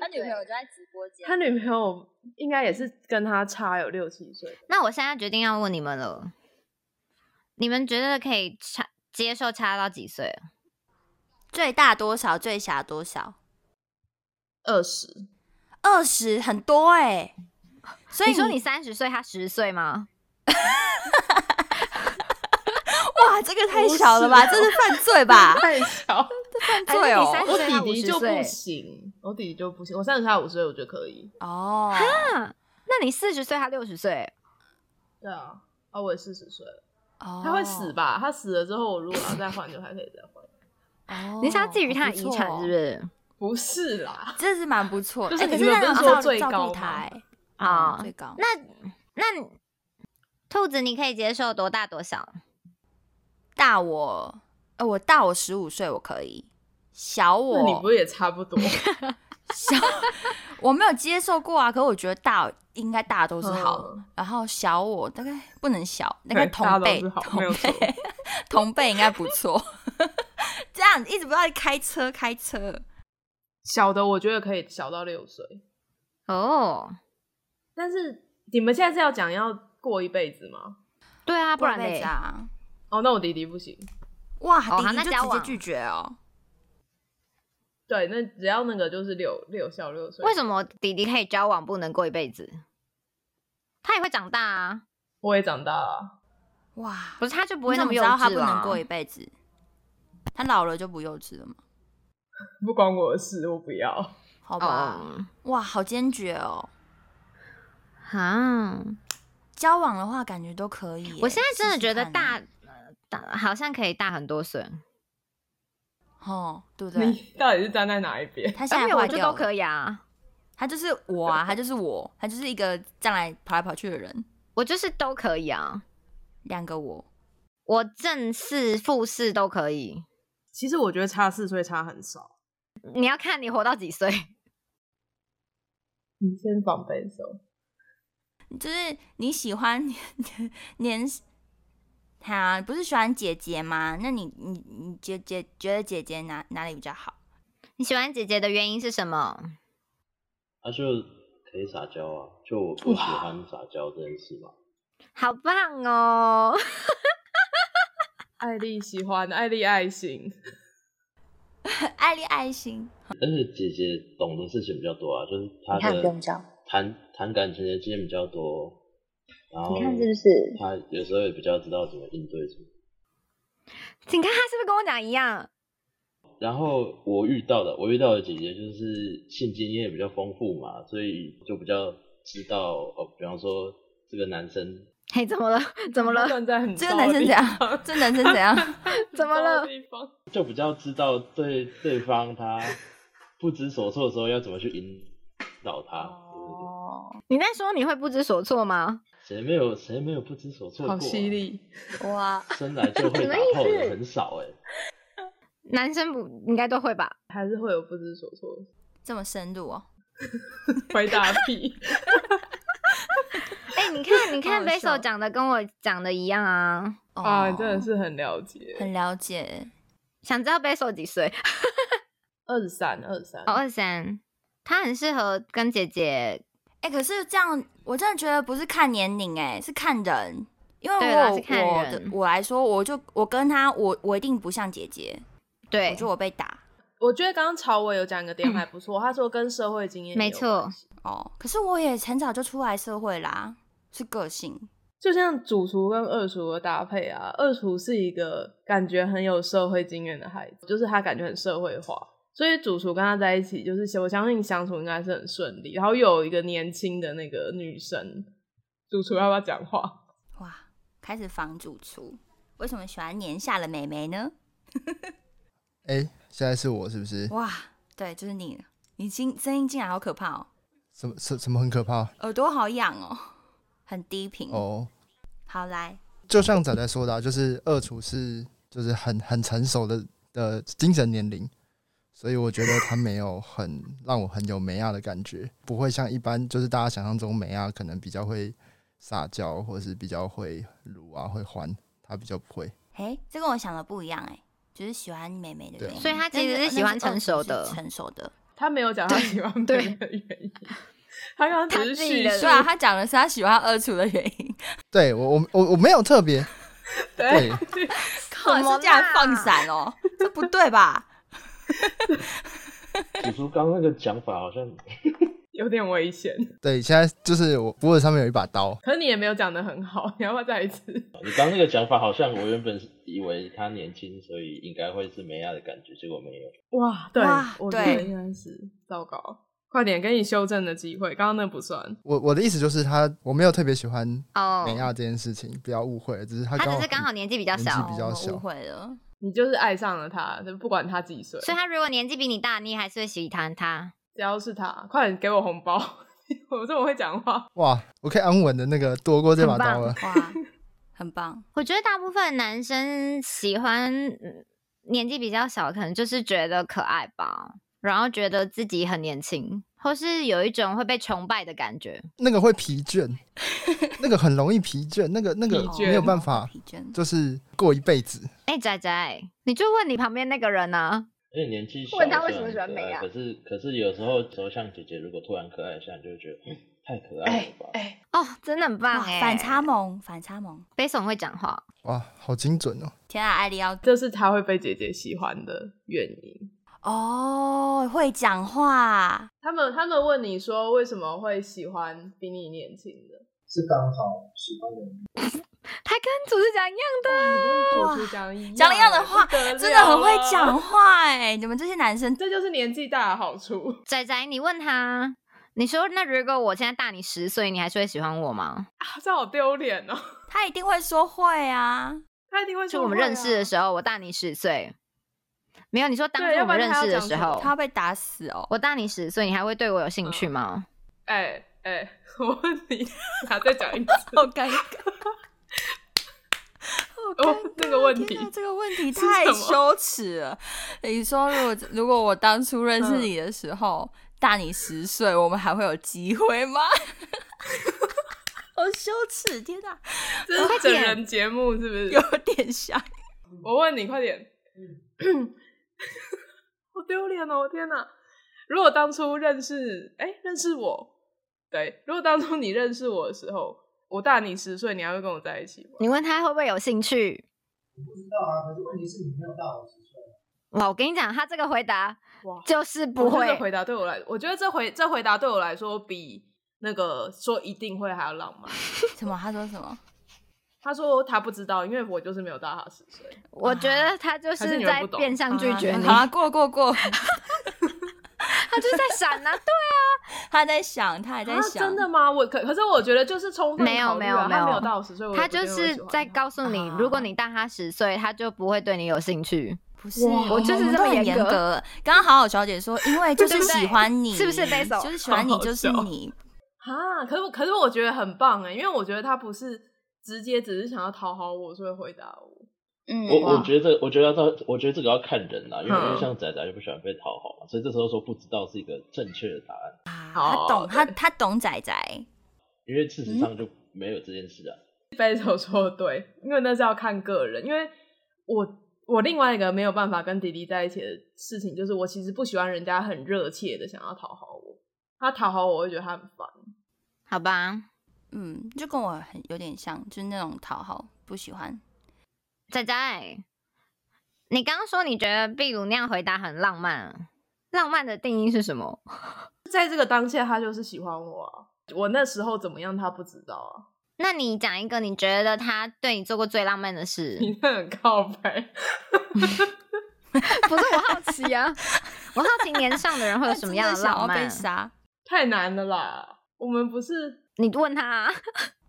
[SPEAKER 3] 他女朋友
[SPEAKER 1] 就在直播间
[SPEAKER 2] 他女朋友应该也是跟他差有六七岁。
[SPEAKER 3] 那我现在决定要问你们了，你们觉得可以差接受差到几岁？啊
[SPEAKER 1] 最大多少？最小多少？
[SPEAKER 2] 二 十，
[SPEAKER 1] 二十很多哎、所以
[SPEAKER 3] 你说你三十岁，他十岁吗？
[SPEAKER 1] 哇，这个太小了吧？
[SPEAKER 2] 不
[SPEAKER 1] 这
[SPEAKER 2] 是？
[SPEAKER 1] 是犯罪吧
[SPEAKER 2] 太小。
[SPEAKER 1] 犯
[SPEAKER 3] 还是
[SPEAKER 1] 罪
[SPEAKER 3] 你
[SPEAKER 1] 哦
[SPEAKER 3] 三十
[SPEAKER 2] 我
[SPEAKER 3] 岁他
[SPEAKER 2] 弟
[SPEAKER 3] 五
[SPEAKER 2] 弟
[SPEAKER 3] 十
[SPEAKER 2] 就不
[SPEAKER 3] 岁？
[SPEAKER 2] 行，我弟弟就不行。我三十差五岁，我觉得可以。
[SPEAKER 1] 哦，
[SPEAKER 3] 啊，那你四十岁，他六十岁，
[SPEAKER 2] 对啊，啊，我也四十岁了，
[SPEAKER 1] 他
[SPEAKER 2] 他会死吧？他死了之后，我如果要再换，就还可以再换。
[SPEAKER 1] 哦？
[SPEAKER 3] 你是要觊觎他的遗产，是不
[SPEAKER 1] 是？
[SPEAKER 3] 是？
[SPEAKER 2] 不是啦，
[SPEAKER 1] 哦这是蛮不错，
[SPEAKER 2] 就是
[SPEAKER 1] 哎
[SPEAKER 2] 你
[SPEAKER 1] 可是那
[SPEAKER 2] 们不是
[SPEAKER 1] 种
[SPEAKER 2] 说
[SPEAKER 1] 照
[SPEAKER 2] 最
[SPEAKER 1] 照
[SPEAKER 2] 高
[SPEAKER 1] 顾他
[SPEAKER 2] 吗
[SPEAKER 1] 哎、啊、
[SPEAKER 3] 哦
[SPEAKER 1] 最高
[SPEAKER 3] 那那你兔子你可以接受多大多小？
[SPEAKER 1] 大我，呃，我大我十五岁，我可以。小我，
[SPEAKER 2] 那你不是也差不多？
[SPEAKER 1] 小我没有接受过啊，可我觉得大应该大都是好的，
[SPEAKER 2] 嗯
[SPEAKER 1] 然后小我大概不能小，那个
[SPEAKER 2] 对
[SPEAKER 1] 同
[SPEAKER 2] 大都
[SPEAKER 1] 辈
[SPEAKER 2] 是好
[SPEAKER 1] 同
[SPEAKER 2] 没有错
[SPEAKER 1] 辈同辈应该不错。 这样一直不要开车开车，
[SPEAKER 2] 小的我觉得可以小到六岁，
[SPEAKER 3] 哦，
[SPEAKER 2] 但是你们现在是要讲要过一辈子吗？
[SPEAKER 3] 对啊，不然
[SPEAKER 1] 辈子
[SPEAKER 3] 嘞，
[SPEAKER 1] 啊，
[SPEAKER 2] 哦，那我弟弟不行。
[SPEAKER 1] 哇，
[SPEAKER 3] 哦
[SPEAKER 1] 弟
[SPEAKER 3] 好
[SPEAKER 1] 弟
[SPEAKER 3] 那
[SPEAKER 1] 就
[SPEAKER 3] 交
[SPEAKER 1] 直接
[SPEAKER 3] 往
[SPEAKER 1] 拒绝哦。
[SPEAKER 2] 对，那只要那个就是六六小六岁。
[SPEAKER 3] 为
[SPEAKER 2] 么？
[SPEAKER 3] 什么弟弟可以交往不能过一辈子？他也会长大啊，
[SPEAKER 2] 我也长大了，
[SPEAKER 1] 哇，
[SPEAKER 3] 不是他就不
[SPEAKER 1] 不
[SPEAKER 3] 会那么
[SPEAKER 1] 知
[SPEAKER 3] 幼
[SPEAKER 1] 道
[SPEAKER 3] 稚啊哦
[SPEAKER 1] 他不能
[SPEAKER 3] 啦
[SPEAKER 1] 过一辈子，他老了就不幼稚了吗？
[SPEAKER 2] 不关我的事，我不要。
[SPEAKER 1] 好吧，
[SPEAKER 3] 哦，
[SPEAKER 1] 哇，好坚决哦。
[SPEAKER 3] 啊，
[SPEAKER 1] 交往的话，感觉都可以耶。
[SPEAKER 3] 我现在真的觉得
[SPEAKER 1] 试试看
[SPEAKER 3] 大
[SPEAKER 1] 啊
[SPEAKER 3] 呃大好像可以大很多岁，
[SPEAKER 1] 哦，对不对？
[SPEAKER 2] 你到底是站在哪一边？
[SPEAKER 1] 他现
[SPEAKER 3] 而
[SPEAKER 1] 在
[SPEAKER 3] 且我
[SPEAKER 1] 坏
[SPEAKER 3] 就
[SPEAKER 1] 掉
[SPEAKER 3] 都
[SPEAKER 1] 了
[SPEAKER 3] 可以啊，
[SPEAKER 1] 他就是我啊，他就是我，他就是一个这样来跑来跑去的人，
[SPEAKER 3] 我就是都可以啊，
[SPEAKER 1] 两个我。
[SPEAKER 3] 我正式复试都可以，
[SPEAKER 2] 其实我觉得差四岁差很少。
[SPEAKER 3] 你要看你活到几岁，
[SPEAKER 2] 你先防备手，
[SPEAKER 1] 就是你喜欢 年，他、不是喜欢姐姐吗？那你你你姐姐觉得姐姐哪哪里比较好？
[SPEAKER 3] 你喜欢姐姐的原因是什么？
[SPEAKER 4] 他、啊就可以撒娇啊，就我不喜欢撒娇这件事嘛。
[SPEAKER 3] 好棒哦！
[SPEAKER 2] 艾丽喜欢艾丽爱心，
[SPEAKER 1] 爱丽爱心，
[SPEAKER 4] 而且姐姐懂的事情比较多啊，就是她
[SPEAKER 5] 你看
[SPEAKER 4] 的
[SPEAKER 5] 不用教
[SPEAKER 4] 谈谈感情的经验比较多，然后
[SPEAKER 5] 你看是不是？
[SPEAKER 4] 她有时候也比较知道怎么应对什么。
[SPEAKER 3] 请看他是不是跟我讲一样？
[SPEAKER 4] 然后我遇到的，我遇到的姐姐就是性经验比较丰富嘛，所以就比较知道哦，比方说这个男生
[SPEAKER 3] 嘿，怎么了？怎么了？
[SPEAKER 2] 站在很
[SPEAKER 1] 这个男生怎样？ 这男生怎 样？
[SPEAKER 3] 怎么了？
[SPEAKER 2] 地方
[SPEAKER 4] 就比较知道对对方他不知所措的时候要怎么去引导他。
[SPEAKER 5] 哦，
[SPEAKER 3] 你在说你会不知所措吗？
[SPEAKER 4] 对对对谁没有谁没有不知所措过、啊
[SPEAKER 2] 好犀，利，
[SPEAKER 5] 哇，
[SPEAKER 4] 生来就会打炮的人很少哎、
[SPEAKER 3] 男生不应该都会吧？
[SPEAKER 2] 还是会有不知所措 的。
[SPEAKER 1] 这么深入哦？
[SPEAKER 2] 回答屁，
[SPEAKER 3] 哎、 你看，你
[SPEAKER 1] 好
[SPEAKER 3] 看
[SPEAKER 1] 好笑
[SPEAKER 3] v e 讲的跟我讲的一样啊。
[SPEAKER 1] 哦
[SPEAKER 2] 啊，你真的是很了解。
[SPEAKER 1] 很了解。
[SPEAKER 3] 想知道 v e 几岁？
[SPEAKER 2] 二十三，二十三，
[SPEAKER 3] 哦，二三。他很适合跟姐姐，
[SPEAKER 1] 哎、可是这样，我真的觉得不是看年龄，哎，是看人。因为
[SPEAKER 3] 对啦
[SPEAKER 1] 我
[SPEAKER 3] 是看
[SPEAKER 1] 我的
[SPEAKER 3] 人
[SPEAKER 1] 我来说，我就我跟他，我我一定不像姐姐，我
[SPEAKER 3] 对
[SPEAKER 1] 觉，得我被打
[SPEAKER 2] 我觉得刚刚曹伟有讲一个点还不错，他说跟社会经验
[SPEAKER 3] 没
[SPEAKER 2] 也有关系，
[SPEAKER 1] 哦。可是我也很早就出来社会啦，是个性。
[SPEAKER 2] 就像主厨跟二厨的搭配啊，二厨是一个感觉很有社会经验的孩子，就是他感觉很社会化，所以主厨跟他在一起，就是我相信相处应该是很顺利。然后有一个年轻的那个女生，主厨要不要讲话？
[SPEAKER 1] 哇，开始防主厨，为什么喜欢年下的美眉呢？
[SPEAKER 6] 哎、现在是我是不是？
[SPEAKER 1] 哇，对，就是你了，你今声音竟然好可怕哦，
[SPEAKER 6] 什么什什么很可怕
[SPEAKER 1] 耳朵好痒哦，很低频。
[SPEAKER 6] 哦？
[SPEAKER 1] 好来，
[SPEAKER 6] 就像仔仔说的、啊，就是二厨是就是很很成熟的的精神年龄，所以我觉得他没有很让我很有美亚的感觉，不会像一般就是大家想象中美亚可能比较会撒娇，或是比较会撸啊会欢，他比较不会。
[SPEAKER 1] 哎，这跟我想的不一样哎、就是喜欢美眉的
[SPEAKER 6] 对啊
[SPEAKER 1] 原因，
[SPEAKER 3] 所以她其实
[SPEAKER 1] 但
[SPEAKER 3] 是喜
[SPEAKER 1] 但
[SPEAKER 3] 欢成
[SPEAKER 1] 二厨
[SPEAKER 3] 熟
[SPEAKER 1] 是
[SPEAKER 3] 的
[SPEAKER 1] 成熟的。
[SPEAKER 2] 他没有讲他喜欢别
[SPEAKER 3] 对
[SPEAKER 2] 人的原因，他刚刚只是
[SPEAKER 3] 他自己
[SPEAKER 2] 叙
[SPEAKER 3] 的
[SPEAKER 2] 述
[SPEAKER 1] 对，啊，他讲的是他喜欢二厨的原因，
[SPEAKER 6] 对我我我我没有 特别
[SPEAKER 2] 对
[SPEAKER 6] 对，
[SPEAKER 1] 靠，
[SPEAKER 3] 怎么
[SPEAKER 1] 是这样
[SPEAKER 3] 啦
[SPEAKER 1] 放闪哦，
[SPEAKER 3] 啊
[SPEAKER 1] 这不对 吧？
[SPEAKER 4] 欸。主厨刚刚那个讲法好像
[SPEAKER 2] 有点危险，
[SPEAKER 6] 对，现在就是我脖子上面有一把刀，
[SPEAKER 2] 可是你也没有讲的很好，你要不要再一次？
[SPEAKER 4] 你刚那个讲法好像我原本是以为他年轻，所以应该会是梅亚的感觉，结果没有。
[SPEAKER 2] 哇，对
[SPEAKER 1] 哇，
[SPEAKER 2] 我觉得
[SPEAKER 1] 对
[SPEAKER 2] 应该是糟糕。快点，给你修正的机会，刚刚那不算。
[SPEAKER 6] 我我的意思就是他我没有特别喜欢
[SPEAKER 3] 哦，
[SPEAKER 6] 美亚这件事情，不要误会，只是他
[SPEAKER 3] 他
[SPEAKER 6] 刚
[SPEAKER 3] 只
[SPEAKER 6] 好
[SPEAKER 3] 是刚好
[SPEAKER 6] 很
[SPEAKER 3] 年纪比较
[SPEAKER 6] 年纪
[SPEAKER 3] 小
[SPEAKER 6] 比，较
[SPEAKER 1] 哦我
[SPEAKER 6] 小
[SPEAKER 1] 误会了。
[SPEAKER 2] 你就是爱上了他，就不管他几岁，
[SPEAKER 3] 所以他如果年纪比你大，你还是会喜欢他。
[SPEAKER 2] 只要是他，快点给我红包！ 我这么会讲话，
[SPEAKER 6] 哇，我可以安稳的那个躲过这把
[SPEAKER 3] 很棒
[SPEAKER 6] 刀了。
[SPEAKER 1] 哇，很棒，
[SPEAKER 3] 我觉得大部分男生喜欢嗯年纪比较小，可能就是觉得可爱吧，然后觉得自己很年轻，或是有一种会被崇拜的感觉。
[SPEAKER 6] 那个会疲倦，那个很容易疲倦，那个那个
[SPEAKER 2] 疲倦
[SPEAKER 6] 没有办法，
[SPEAKER 1] 疲倦，
[SPEAKER 6] 就是过一辈子。
[SPEAKER 3] 哎、仔仔，你就问你旁边那个人啊，
[SPEAKER 4] 因为年纪小，
[SPEAKER 5] 问他为什么喜欢
[SPEAKER 4] 虽然
[SPEAKER 5] 美啊
[SPEAKER 4] 可爱可是可是有时候，有时候像姐姐如果突然可爱一下，你就会觉得、嗯、太可爱了
[SPEAKER 2] 哎
[SPEAKER 4] 吧？
[SPEAKER 2] 哎，
[SPEAKER 3] 哦，真的很棒
[SPEAKER 1] 哇
[SPEAKER 3] 哎、
[SPEAKER 1] 反差萌，反差萌，
[SPEAKER 3] 贝怂会讲话，
[SPEAKER 6] 哇，好精准哦！
[SPEAKER 1] 天啊，艾莉要
[SPEAKER 2] 这是他会被姐姐喜欢的原因。
[SPEAKER 1] 哦，会讲话，
[SPEAKER 2] 他们他们问你说为什么会喜欢比你年轻的？
[SPEAKER 7] 是刚好喜欢的人。
[SPEAKER 3] 他跟主持讲一样的，
[SPEAKER 2] 哇，讲
[SPEAKER 1] 啊讲了一样的话，
[SPEAKER 2] 不得了
[SPEAKER 1] 真的很会讲
[SPEAKER 2] 啊，
[SPEAKER 1] 话哎，你们这些男生
[SPEAKER 2] 这就是年纪大的好处。
[SPEAKER 3] 仔仔，你问他，你说那如果我现在大你十岁，你还是会喜欢我吗？
[SPEAKER 2] 啊这好丢脸哦！
[SPEAKER 1] 他一定会说会啊，
[SPEAKER 2] 他一定会啊说
[SPEAKER 3] 就我们认识的
[SPEAKER 2] 候，
[SPEAKER 3] 时候，我大你十岁，没有你说当
[SPEAKER 2] 对
[SPEAKER 3] 初
[SPEAKER 2] 要
[SPEAKER 3] 我
[SPEAKER 2] 不然嗯
[SPEAKER 3] 们认
[SPEAKER 2] 他要
[SPEAKER 3] 识的
[SPEAKER 2] 讲
[SPEAKER 3] 时
[SPEAKER 2] 什么
[SPEAKER 3] 候，
[SPEAKER 1] 他要被打死哦。
[SPEAKER 3] 我大你十岁，你还会对我有兴趣吗？
[SPEAKER 2] 哎哎， 我问你，他再讲 一次
[SPEAKER 1] 好尴尬。好
[SPEAKER 2] 哦
[SPEAKER 1] 尴尬
[SPEAKER 2] 这个问题
[SPEAKER 1] 天哪这个问题
[SPEAKER 2] 是
[SPEAKER 1] 太
[SPEAKER 2] 什么
[SPEAKER 1] 羞耻了。你说，如果如果我当初认识你的时候、大你十岁，我们还会有机会 吗？好羞耻，天哪，
[SPEAKER 2] 这是整人节目是不
[SPEAKER 1] 有
[SPEAKER 2] 是？
[SPEAKER 1] 点像。
[SPEAKER 2] 我问你，快点！
[SPEAKER 3] 嗯
[SPEAKER 2] 好丢脸哦！天哪！如果当初认识，哎、认识我，对，如果当初你认识我的时候，我大你十岁，你还会跟我在一起吗？
[SPEAKER 3] 你问他会不会有兴趣？
[SPEAKER 7] 我不知道啊，可是问题是你没有到我十岁。
[SPEAKER 3] 哇，哦我跟你讲，他这个回答
[SPEAKER 2] 哇，
[SPEAKER 3] 就是不
[SPEAKER 2] 我觉得
[SPEAKER 3] 会
[SPEAKER 2] 这。回答对我来，我觉得这回这回答对我来说比那个说一定会还要浪漫。
[SPEAKER 1] 什么？他说什么？
[SPEAKER 2] 他说他不知道，因为我就是没有大他十岁。
[SPEAKER 3] 我觉得他就
[SPEAKER 2] 还是你们
[SPEAKER 3] 在
[SPEAKER 2] 不懂
[SPEAKER 3] 变相拒绝你，
[SPEAKER 1] 好啊，过过过。
[SPEAKER 3] 他就是在闪 啊。对，
[SPEAKER 1] 他在想，他还在
[SPEAKER 2] 啊，
[SPEAKER 1] 想，
[SPEAKER 2] 真的吗？我可可是我觉得就是充分
[SPEAKER 3] 没有
[SPEAKER 2] 考虑啊
[SPEAKER 3] 没有没有
[SPEAKER 2] 他没有到十岁，我也
[SPEAKER 3] 他
[SPEAKER 2] 不见
[SPEAKER 3] 就
[SPEAKER 2] 得会
[SPEAKER 3] 是
[SPEAKER 2] 喜欢
[SPEAKER 3] 在
[SPEAKER 2] 他
[SPEAKER 3] 告诉你
[SPEAKER 1] 啊，
[SPEAKER 3] 如果你大他十岁，他就不会对你有兴趣。
[SPEAKER 1] 不是，哦
[SPEAKER 2] 哇
[SPEAKER 1] 我们
[SPEAKER 3] 就是
[SPEAKER 1] 我们
[SPEAKER 3] 这么
[SPEAKER 1] 都很
[SPEAKER 3] 严
[SPEAKER 1] 严
[SPEAKER 3] 格
[SPEAKER 1] 格。刚刚好好小姐说，因为就
[SPEAKER 3] 对
[SPEAKER 1] 是
[SPEAKER 3] 不对
[SPEAKER 1] 喜欢你，
[SPEAKER 3] 是不是贝手
[SPEAKER 1] 就是喜欢你，
[SPEAKER 2] 好好
[SPEAKER 1] 就是
[SPEAKER 2] 笑
[SPEAKER 1] 你，
[SPEAKER 2] 啊，可是我可是我觉得很棒哎，因为我觉得他不是直接只是想要讨好我，所以回答我。
[SPEAKER 1] 嗯，
[SPEAKER 5] 哎
[SPEAKER 4] 我
[SPEAKER 2] 哇
[SPEAKER 4] 我觉得，我觉得要到，我觉得这个要看人啦，因为
[SPEAKER 2] 嗯
[SPEAKER 4] 因为像仔仔就不喜欢被讨好嘛，所以这时候说不知道是一个正确的答案，
[SPEAKER 1] 啊他
[SPEAKER 2] 好
[SPEAKER 1] 懂他他懂仔仔，
[SPEAKER 4] 因为事实
[SPEAKER 5] 嗯
[SPEAKER 4] 上就没有这件事啊。
[SPEAKER 2] 贝手说的对，因为那是要看个人，因为我我另外一个没有办法跟迪迪在一起的事情，就是我其实不喜欢人家很热切的想要讨好我，他讨好我，我会觉得他很烦。
[SPEAKER 3] 好吧，
[SPEAKER 1] 嗯，就跟我很有点像，就是那种讨好，不喜欢。
[SPEAKER 3] 仔仔，你刚刚说你觉得壁炉那样回答很浪漫，浪漫的定义是什么？
[SPEAKER 2] 在这个当下，他就是喜欢我啊，我那时候怎么样他不知道啊，
[SPEAKER 3] 那你讲一个你觉得他对你做过最浪漫的 事？
[SPEAKER 2] 你那很靠背。
[SPEAKER 3] 不是我好奇啊， 我好奇年上的人会有什么样
[SPEAKER 1] 他真的想
[SPEAKER 3] 浪
[SPEAKER 1] 要
[SPEAKER 3] 漫
[SPEAKER 1] 被？杀？
[SPEAKER 2] 太难了啦！我们不是
[SPEAKER 3] 你问他、啊，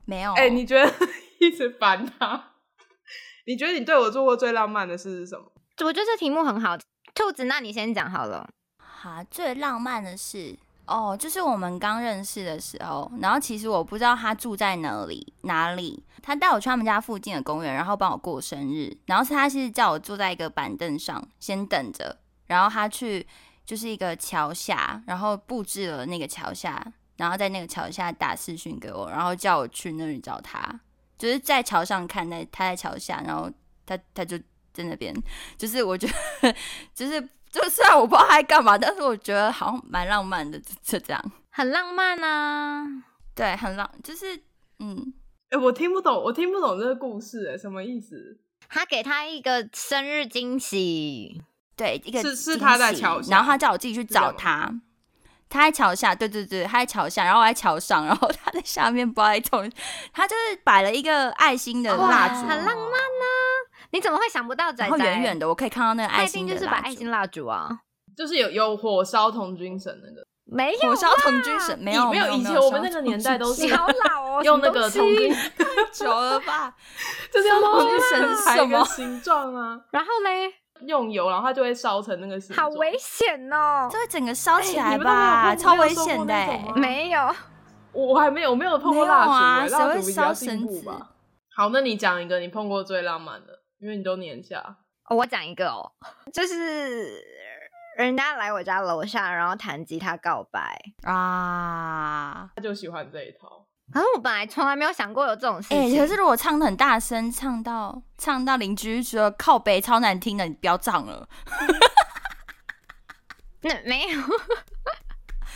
[SPEAKER 1] 没有，
[SPEAKER 2] 哎、你觉得 一直烦他？你觉得你对我做过最浪漫的事是什么？
[SPEAKER 3] 我觉得这题目很好。兔子，那你先讲好了。
[SPEAKER 1] 哈，最浪漫的事哦，就是我们刚认识的时候，然后其实我不知道他住在哪里，哪里，他带我去他们家附近的公园，然后帮我过生日，然后是他是叫我坐在一个板凳上先等着，然后他去就是一个桥下，然后布置了那个桥下，然后在那个桥下打视讯给我，然后叫我去那里找他，就是在桥上看，在他在桥下，然后他他就在那边，就是我觉得就是。就虽然我不知道他在干嘛，但是我觉得好像蛮浪漫的，就就这样。
[SPEAKER 3] 很浪漫啊！
[SPEAKER 1] 对，很浪，就是嗯，
[SPEAKER 2] 哎、我听不懂，我听不懂这个故事、哎，什么意思？
[SPEAKER 3] 他给他一个生日惊喜，
[SPEAKER 1] 对，一个
[SPEAKER 2] 是是
[SPEAKER 1] 惊
[SPEAKER 2] 他在
[SPEAKER 1] 喜
[SPEAKER 2] 桥下
[SPEAKER 1] 然后他叫我自己去找
[SPEAKER 2] 是
[SPEAKER 1] 他。他在桥下，对对对，他在桥下，然后我在桥上，然后他在下面不知道在同，他就是摆了一个爱心的
[SPEAKER 3] 哇
[SPEAKER 1] 蜡烛，
[SPEAKER 3] 很浪
[SPEAKER 2] 啊
[SPEAKER 3] 漫呐、你怎么会想不到仔仔？
[SPEAKER 1] 然后远远
[SPEAKER 3] 的
[SPEAKER 1] 的我可以看到那个
[SPEAKER 3] 他
[SPEAKER 1] 爱
[SPEAKER 3] 一定
[SPEAKER 1] 心
[SPEAKER 3] 就
[SPEAKER 1] 的
[SPEAKER 3] 是把
[SPEAKER 1] 蜡
[SPEAKER 3] 爱
[SPEAKER 1] 烛
[SPEAKER 3] 心。蜡烛啊，
[SPEAKER 2] 就是有有火烧童军绳那个，
[SPEAKER 3] 没有
[SPEAKER 1] 火
[SPEAKER 3] 啦
[SPEAKER 1] 烧童军绳没有
[SPEAKER 2] 没
[SPEAKER 1] 有
[SPEAKER 2] 以前
[SPEAKER 1] 有
[SPEAKER 2] 我们
[SPEAKER 1] 烧
[SPEAKER 2] 那个
[SPEAKER 1] 童
[SPEAKER 2] 年代
[SPEAKER 1] 军
[SPEAKER 2] 都
[SPEAKER 1] 绳
[SPEAKER 2] 是
[SPEAKER 3] 你好老 哦，
[SPEAKER 2] 用那
[SPEAKER 3] 什么东
[SPEAKER 2] 个
[SPEAKER 3] 西
[SPEAKER 2] 童 军，
[SPEAKER 1] 久了 吧？
[SPEAKER 2] 就是用童军
[SPEAKER 1] 什么
[SPEAKER 2] 绳排一
[SPEAKER 1] 什么
[SPEAKER 2] 个形状啊，
[SPEAKER 3] 然后嘞，
[SPEAKER 2] 用油，然后它就会烧成那个形状。
[SPEAKER 3] 好危险哦
[SPEAKER 1] 这！会整个烧起来
[SPEAKER 2] 哎 你们都没有
[SPEAKER 1] 吧，
[SPEAKER 2] 碰
[SPEAKER 1] 超
[SPEAKER 2] 没有
[SPEAKER 1] 危
[SPEAKER 2] 收过
[SPEAKER 1] 险的
[SPEAKER 2] 那
[SPEAKER 1] 欸、
[SPEAKER 2] 种吗
[SPEAKER 3] 没有，哦
[SPEAKER 2] 我还没有我没有碰过
[SPEAKER 1] 没有
[SPEAKER 2] 蜡烛、
[SPEAKER 1] 啊
[SPEAKER 2] 欸，
[SPEAKER 1] 谁
[SPEAKER 2] 蜡
[SPEAKER 1] 会
[SPEAKER 2] 烛比较
[SPEAKER 1] 烧
[SPEAKER 2] 进步
[SPEAKER 1] 绳子
[SPEAKER 2] 吧。好，那你讲一个你碰过最浪漫的，因为你都年下。
[SPEAKER 3] 哦我讲一个哦，就是人家来我家楼下，然后弹吉他告白。
[SPEAKER 1] 啊！
[SPEAKER 2] 他就喜欢这一套。
[SPEAKER 3] 可是我本来从来没有想过有这种事
[SPEAKER 1] 哎、
[SPEAKER 3] 情。
[SPEAKER 1] 可是如果唱的很大声，唱到唱到邻居觉得靠北超难听的，你不要唱了。
[SPEAKER 3] 那没有。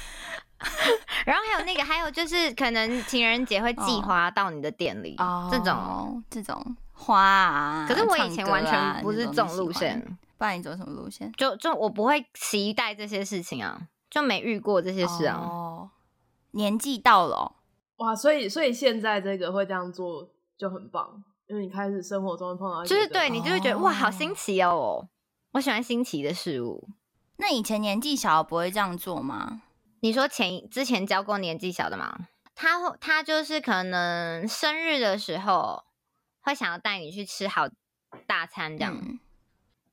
[SPEAKER 3] 然后还有那个，还有就是可能情人节会寄
[SPEAKER 1] 哦
[SPEAKER 3] 花到你的店里，
[SPEAKER 1] 哦，
[SPEAKER 3] 这种。
[SPEAKER 1] 这种花啊，
[SPEAKER 3] 可是我以
[SPEAKER 1] 唱
[SPEAKER 3] 前
[SPEAKER 1] 歌
[SPEAKER 3] 完
[SPEAKER 1] 啊
[SPEAKER 3] 全不是
[SPEAKER 1] 那
[SPEAKER 3] 这
[SPEAKER 1] 你
[SPEAKER 3] 种路
[SPEAKER 1] 喜欢
[SPEAKER 3] 线，
[SPEAKER 1] 不然你走什么路线？
[SPEAKER 3] 就就我不会期待这些事情啊，就没遇过这些事啊。
[SPEAKER 1] 哦，年纪到了哦、
[SPEAKER 2] 哇，所以所以现在这个会这样做就很棒，因为你开始生活中会碰到一个
[SPEAKER 3] 就是
[SPEAKER 2] 这种
[SPEAKER 3] 对你就会觉得、哇，好新
[SPEAKER 1] 哦
[SPEAKER 3] 奇哦！我喜欢新奇的事物。
[SPEAKER 1] 那以前年纪小不会这样做吗？
[SPEAKER 3] 你说前之前教过年纪小的吗？他会他就是可能生日的时候会想要带你去吃好大餐，这样、
[SPEAKER 1] 嗯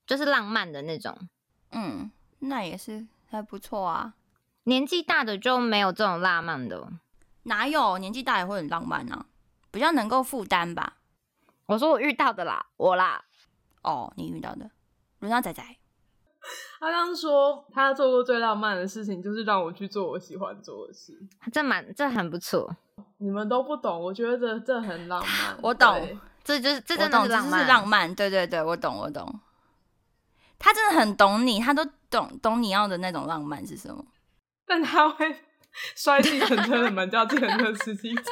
[SPEAKER 3] 就是浪漫的那种。
[SPEAKER 1] 嗯，那也是还不错啊。
[SPEAKER 3] 年纪大的就没有这种浪漫的。
[SPEAKER 1] 哪有年纪大也会很浪漫啊？比较能够负担吧。
[SPEAKER 3] 我说我遇到的啦，我啦，
[SPEAKER 1] 哦，你遇到的轮到仔仔，。
[SPEAKER 2] 他刚刚说他做过最浪漫的事情就是让我去做我喜欢做的事，
[SPEAKER 3] 这蛮这很不错，
[SPEAKER 2] 你们都不懂，我觉得这很浪漫
[SPEAKER 1] 我懂
[SPEAKER 2] 对
[SPEAKER 3] 这就是这
[SPEAKER 1] 我
[SPEAKER 3] 真的
[SPEAKER 1] 懂
[SPEAKER 3] 是
[SPEAKER 1] 这
[SPEAKER 3] 浪
[SPEAKER 1] 就
[SPEAKER 3] 漫，
[SPEAKER 1] 是浪漫。对对对，我懂，我懂。他真的很懂你，他都懂懂你要的那种浪漫是什么。
[SPEAKER 2] 但他会 摔计程车的门叫计程车司 机走。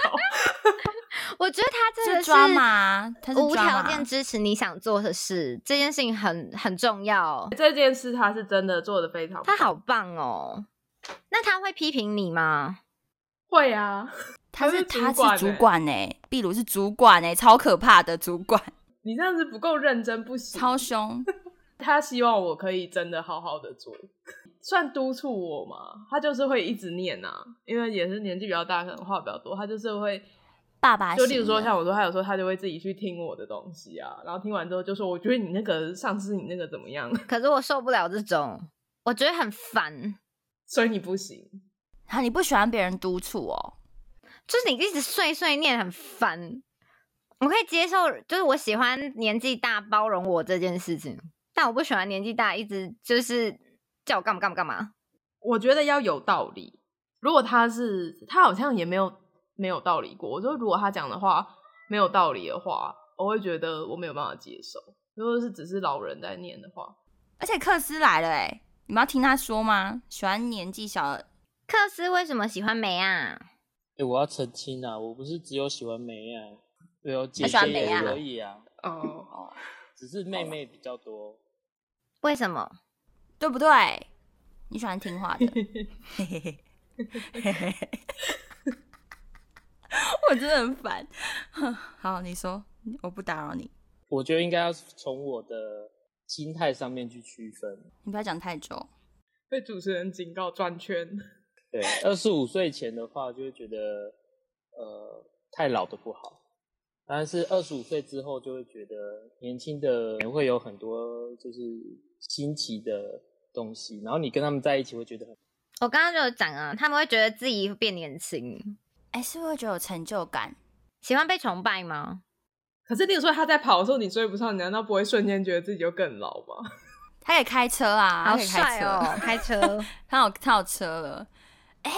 [SPEAKER 3] 我觉得他真的
[SPEAKER 1] 是
[SPEAKER 3] 是
[SPEAKER 1] 抓马，他是
[SPEAKER 3] 无条
[SPEAKER 1] drama
[SPEAKER 3] 件支持你想做的事，这件事情很很重要。
[SPEAKER 2] 这件事他是真的做的非常，
[SPEAKER 3] 他好棒哦。那他会批评你吗？
[SPEAKER 2] 会啊。
[SPEAKER 1] 他是
[SPEAKER 2] 他
[SPEAKER 1] 他
[SPEAKER 2] 是主管
[SPEAKER 1] 是主
[SPEAKER 2] 欸
[SPEAKER 1] 管哎、秘鲁是主管哎、超可怕的主管，
[SPEAKER 2] 你这样子不够认真，不行。
[SPEAKER 1] 超凶。
[SPEAKER 2] 他希望我可以真的好好的做，算督促我嘛。他就是会一直念啊，因为也是年纪比较大，可能话比较多，他就是会
[SPEAKER 1] 爸爸
[SPEAKER 2] 就
[SPEAKER 1] 型
[SPEAKER 2] 例如
[SPEAKER 1] 的
[SPEAKER 2] 说，像我说，他有时候他就会自己去听我的东西啊，然后听完之后就说：“我觉得你那个上次你那个怎么样？
[SPEAKER 3] 可是我受不了这种，我觉得很烦。
[SPEAKER 2] 所以你不行。
[SPEAKER 1] 啊，你不喜欢别人督促哦，
[SPEAKER 3] 就是你一直碎碎念很烦。我可以接受，就是我喜欢年纪大包容我这件事情，但我不喜欢年纪大一直就是叫我干嘛干嘛干嘛。”
[SPEAKER 2] 我觉得要有道理。如果他是他好像也没有没有道理过，我说如果他讲的话没有道理的话，我会觉得我没有办法接受。如果是只是老人在念的话，
[SPEAKER 1] 而且克斯来了哎、你们要听他说吗？喜欢年纪小的，
[SPEAKER 3] 克斯为什么喜欢梅啊？
[SPEAKER 8] 哎、我要澄清啊，我不是只有喜欢梅啊，我有姐
[SPEAKER 5] 他喜欢
[SPEAKER 8] 姐
[SPEAKER 5] 梅
[SPEAKER 8] 也
[SPEAKER 5] 亚
[SPEAKER 8] 可以啊，
[SPEAKER 2] 哦，
[SPEAKER 8] 只是妹妹比较多。
[SPEAKER 3] 为什么？
[SPEAKER 1] 对不对？你喜欢听话的， 嘿嘿嘿，嘿嘿嘿，我真的很烦。好，你说，我不打扰你，
[SPEAKER 8] 我觉得应该要从我的心态上面去区分。
[SPEAKER 1] 你不要讲太久。
[SPEAKER 2] 被主持人警告转圈。
[SPEAKER 8] 对，二十五岁前的话，就会觉得呃太老的不好，但是二十五岁之后，就会觉得年轻的人会有很多就是新奇的东西，然后你跟他们在一起会觉得很
[SPEAKER 3] 我刚刚就有讲啊，他们会觉得自己变年轻，
[SPEAKER 1] 哎、是不是会觉得有成就感？
[SPEAKER 3] 喜欢被崇拜吗？
[SPEAKER 2] 可是，例如说他在跑的时候，你追不上，你难道不会瞬间觉得自己就更老吗？
[SPEAKER 1] 他可以开车啊，他
[SPEAKER 3] 好
[SPEAKER 1] 可以开
[SPEAKER 3] 帅
[SPEAKER 1] 车，
[SPEAKER 3] 哦，开车。
[SPEAKER 1] 他有他有车了。哎、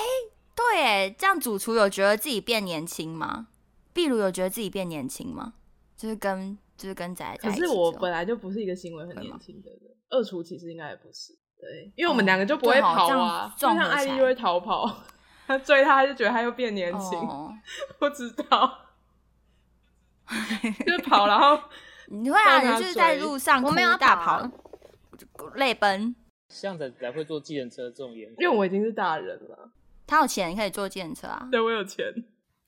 [SPEAKER 1] 对，哎，这样主厨有觉得自己变年轻吗？壁炉有觉得自己变年轻吗？就是跟就是哦跟仔仔在
[SPEAKER 2] 可
[SPEAKER 1] 一起
[SPEAKER 2] 是
[SPEAKER 1] 之后，
[SPEAKER 2] 我本来就不是一个行为很年轻的人，二厨其实应该也不是，对，因为我
[SPEAKER 1] 哦
[SPEAKER 2] 们两个就不会
[SPEAKER 1] 对哦
[SPEAKER 2] 跑
[SPEAKER 1] 这样
[SPEAKER 2] 啊，就
[SPEAKER 1] 综合
[SPEAKER 2] 像艾
[SPEAKER 1] 起
[SPEAKER 2] 丽
[SPEAKER 1] 来
[SPEAKER 2] 就会逃跑， 他追他他就觉得他又变年轻，
[SPEAKER 1] 哦，
[SPEAKER 2] 不知道， 就是跑，然后
[SPEAKER 1] 你会啊，
[SPEAKER 2] 帮他
[SPEAKER 1] 你就是在路上
[SPEAKER 3] 追我没有
[SPEAKER 1] 哭
[SPEAKER 3] 要
[SPEAKER 1] 大
[SPEAKER 3] 跑啊
[SPEAKER 1] 跑，就泪奔。
[SPEAKER 8] 像仔仔会坐计程车这种也很
[SPEAKER 2] 因为我已经是大人了，
[SPEAKER 1] 他有钱，你可以坐电车啊。
[SPEAKER 2] 对我有钱，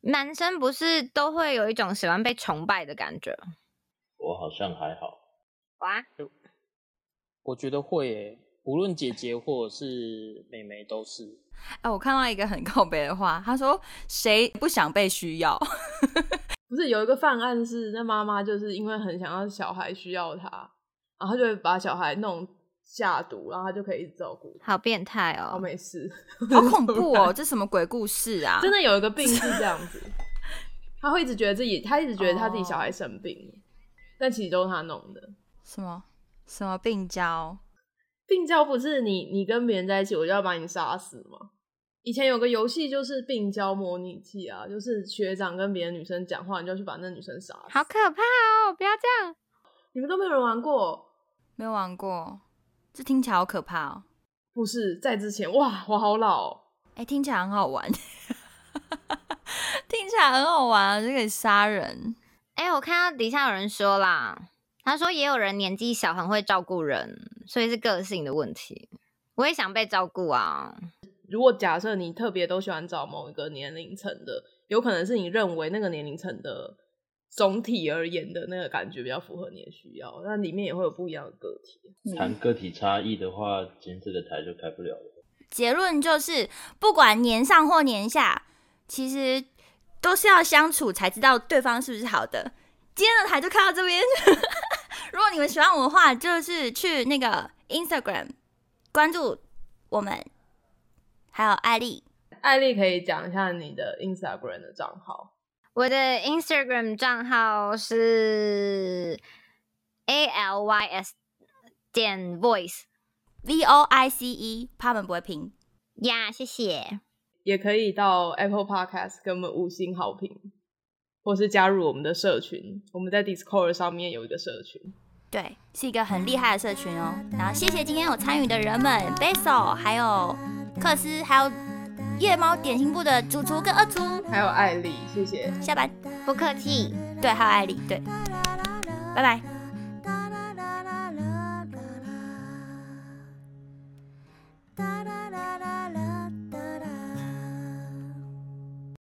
[SPEAKER 3] 男生不是都会有一种喜欢被崇拜的感觉？
[SPEAKER 4] 我好像还好。
[SPEAKER 3] 哇，
[SPEAKER 8] 我觉得会耶，无论姐姐或者是妹妹都是。
[SPEAKER 1] 哎、我看到一个很告白的话，他说：“谁不想被需 要？
[SPEAKER 2] 不是有一个犯案是那妈妈就是因为很想要小孩需要他，然后就会把小孩弄下毒，然后他就可以一直照顾。
[SPEAKER 3] 好变态
[SPEAKER 2] 哦，
[SPEAKER 3] 哦！
[SPEAKER 2] 没事，
[SPEAKER 1] 好恐怖哦，这什么鬼故事啊？
[SPEAKER 2] 真的有一个病是这样 子，他会一直觉得自己，他一直觉得他自己小孩生病了，
[SPEAKER 1] 哦
[SPEAKER 2] 但其实都是他弄的。
[SPEAKER 1] 什么什么病娇？
[SPEAKER 2] 病娇不是你你跟别人在一起，我就要把你杀死吗？以前有个游戏就是病娇模拟器啊，就是学长跟别的女生讲话，你就要去把那女生杀死。
[SPEAKER 3] 好可怕哦！不要这样。
[SPEAKER 2] 你们都没有人玩过？
[SPEAKER 1] 没有玩过，这听起来好可怕哦。
[SPEAKER 2] 不是在之前哇，我好老哦、
[SPEAKER 1] 哎、听起来很好玩， 听起来很好玩啊，就可以杀人。
[SPEAKER 3] 哎、我看到底下有人说啦，他说也有人年纪小很会照顾人，所以是个性的问题。我也想被照顾啊，
[SPEAKER 2] 如果假设你特别都喜欢找某一个年龄层的，有可能是你认为那个年龄层的总体而言的那个感觉比较符合你的需要，那里面也会有不一样的个体。
[SPEAKER 4] 谈个体差异的话，今天这个台就开不了了。
[SPEAKER 1] 结论就是，不管年上或年下，其实都是要相处才知道对方是不是好的。今天的台就开到这边。 如果你们喜欢我的话，就是去那个 Instagram 关注我们，还有艾丽。
[SPEAKER 2] 艾丽可以讲一下你的 Instagram 的账号。
[SPEAKER 3] 我的 Instagram 账号是 A L Y S 点 Voice
[SPEAKER 1] V O I C E，他们不会拼。
[SPEAKER 3] 呀谢谢。
[SPEAKER 2] 也可以到 Apple Podcast 给我们五星好评，或是加入我们的社群。我们在 Discord 上面有一个社群。
[SPEAKER 1] 对，是一个很厉害的社群哦。然后谢谢今天有参与的人们，Basil，还有克斯，还有夜猫点心部的主厨跟二厨，
[SPEAKER 2] 还有艾丽，谢谢。
[SPEAKER 1] 下班。
[SPEAKER 3] 不客气。
[SPEAKER 1] 对，还有艾丽，对，拜拜。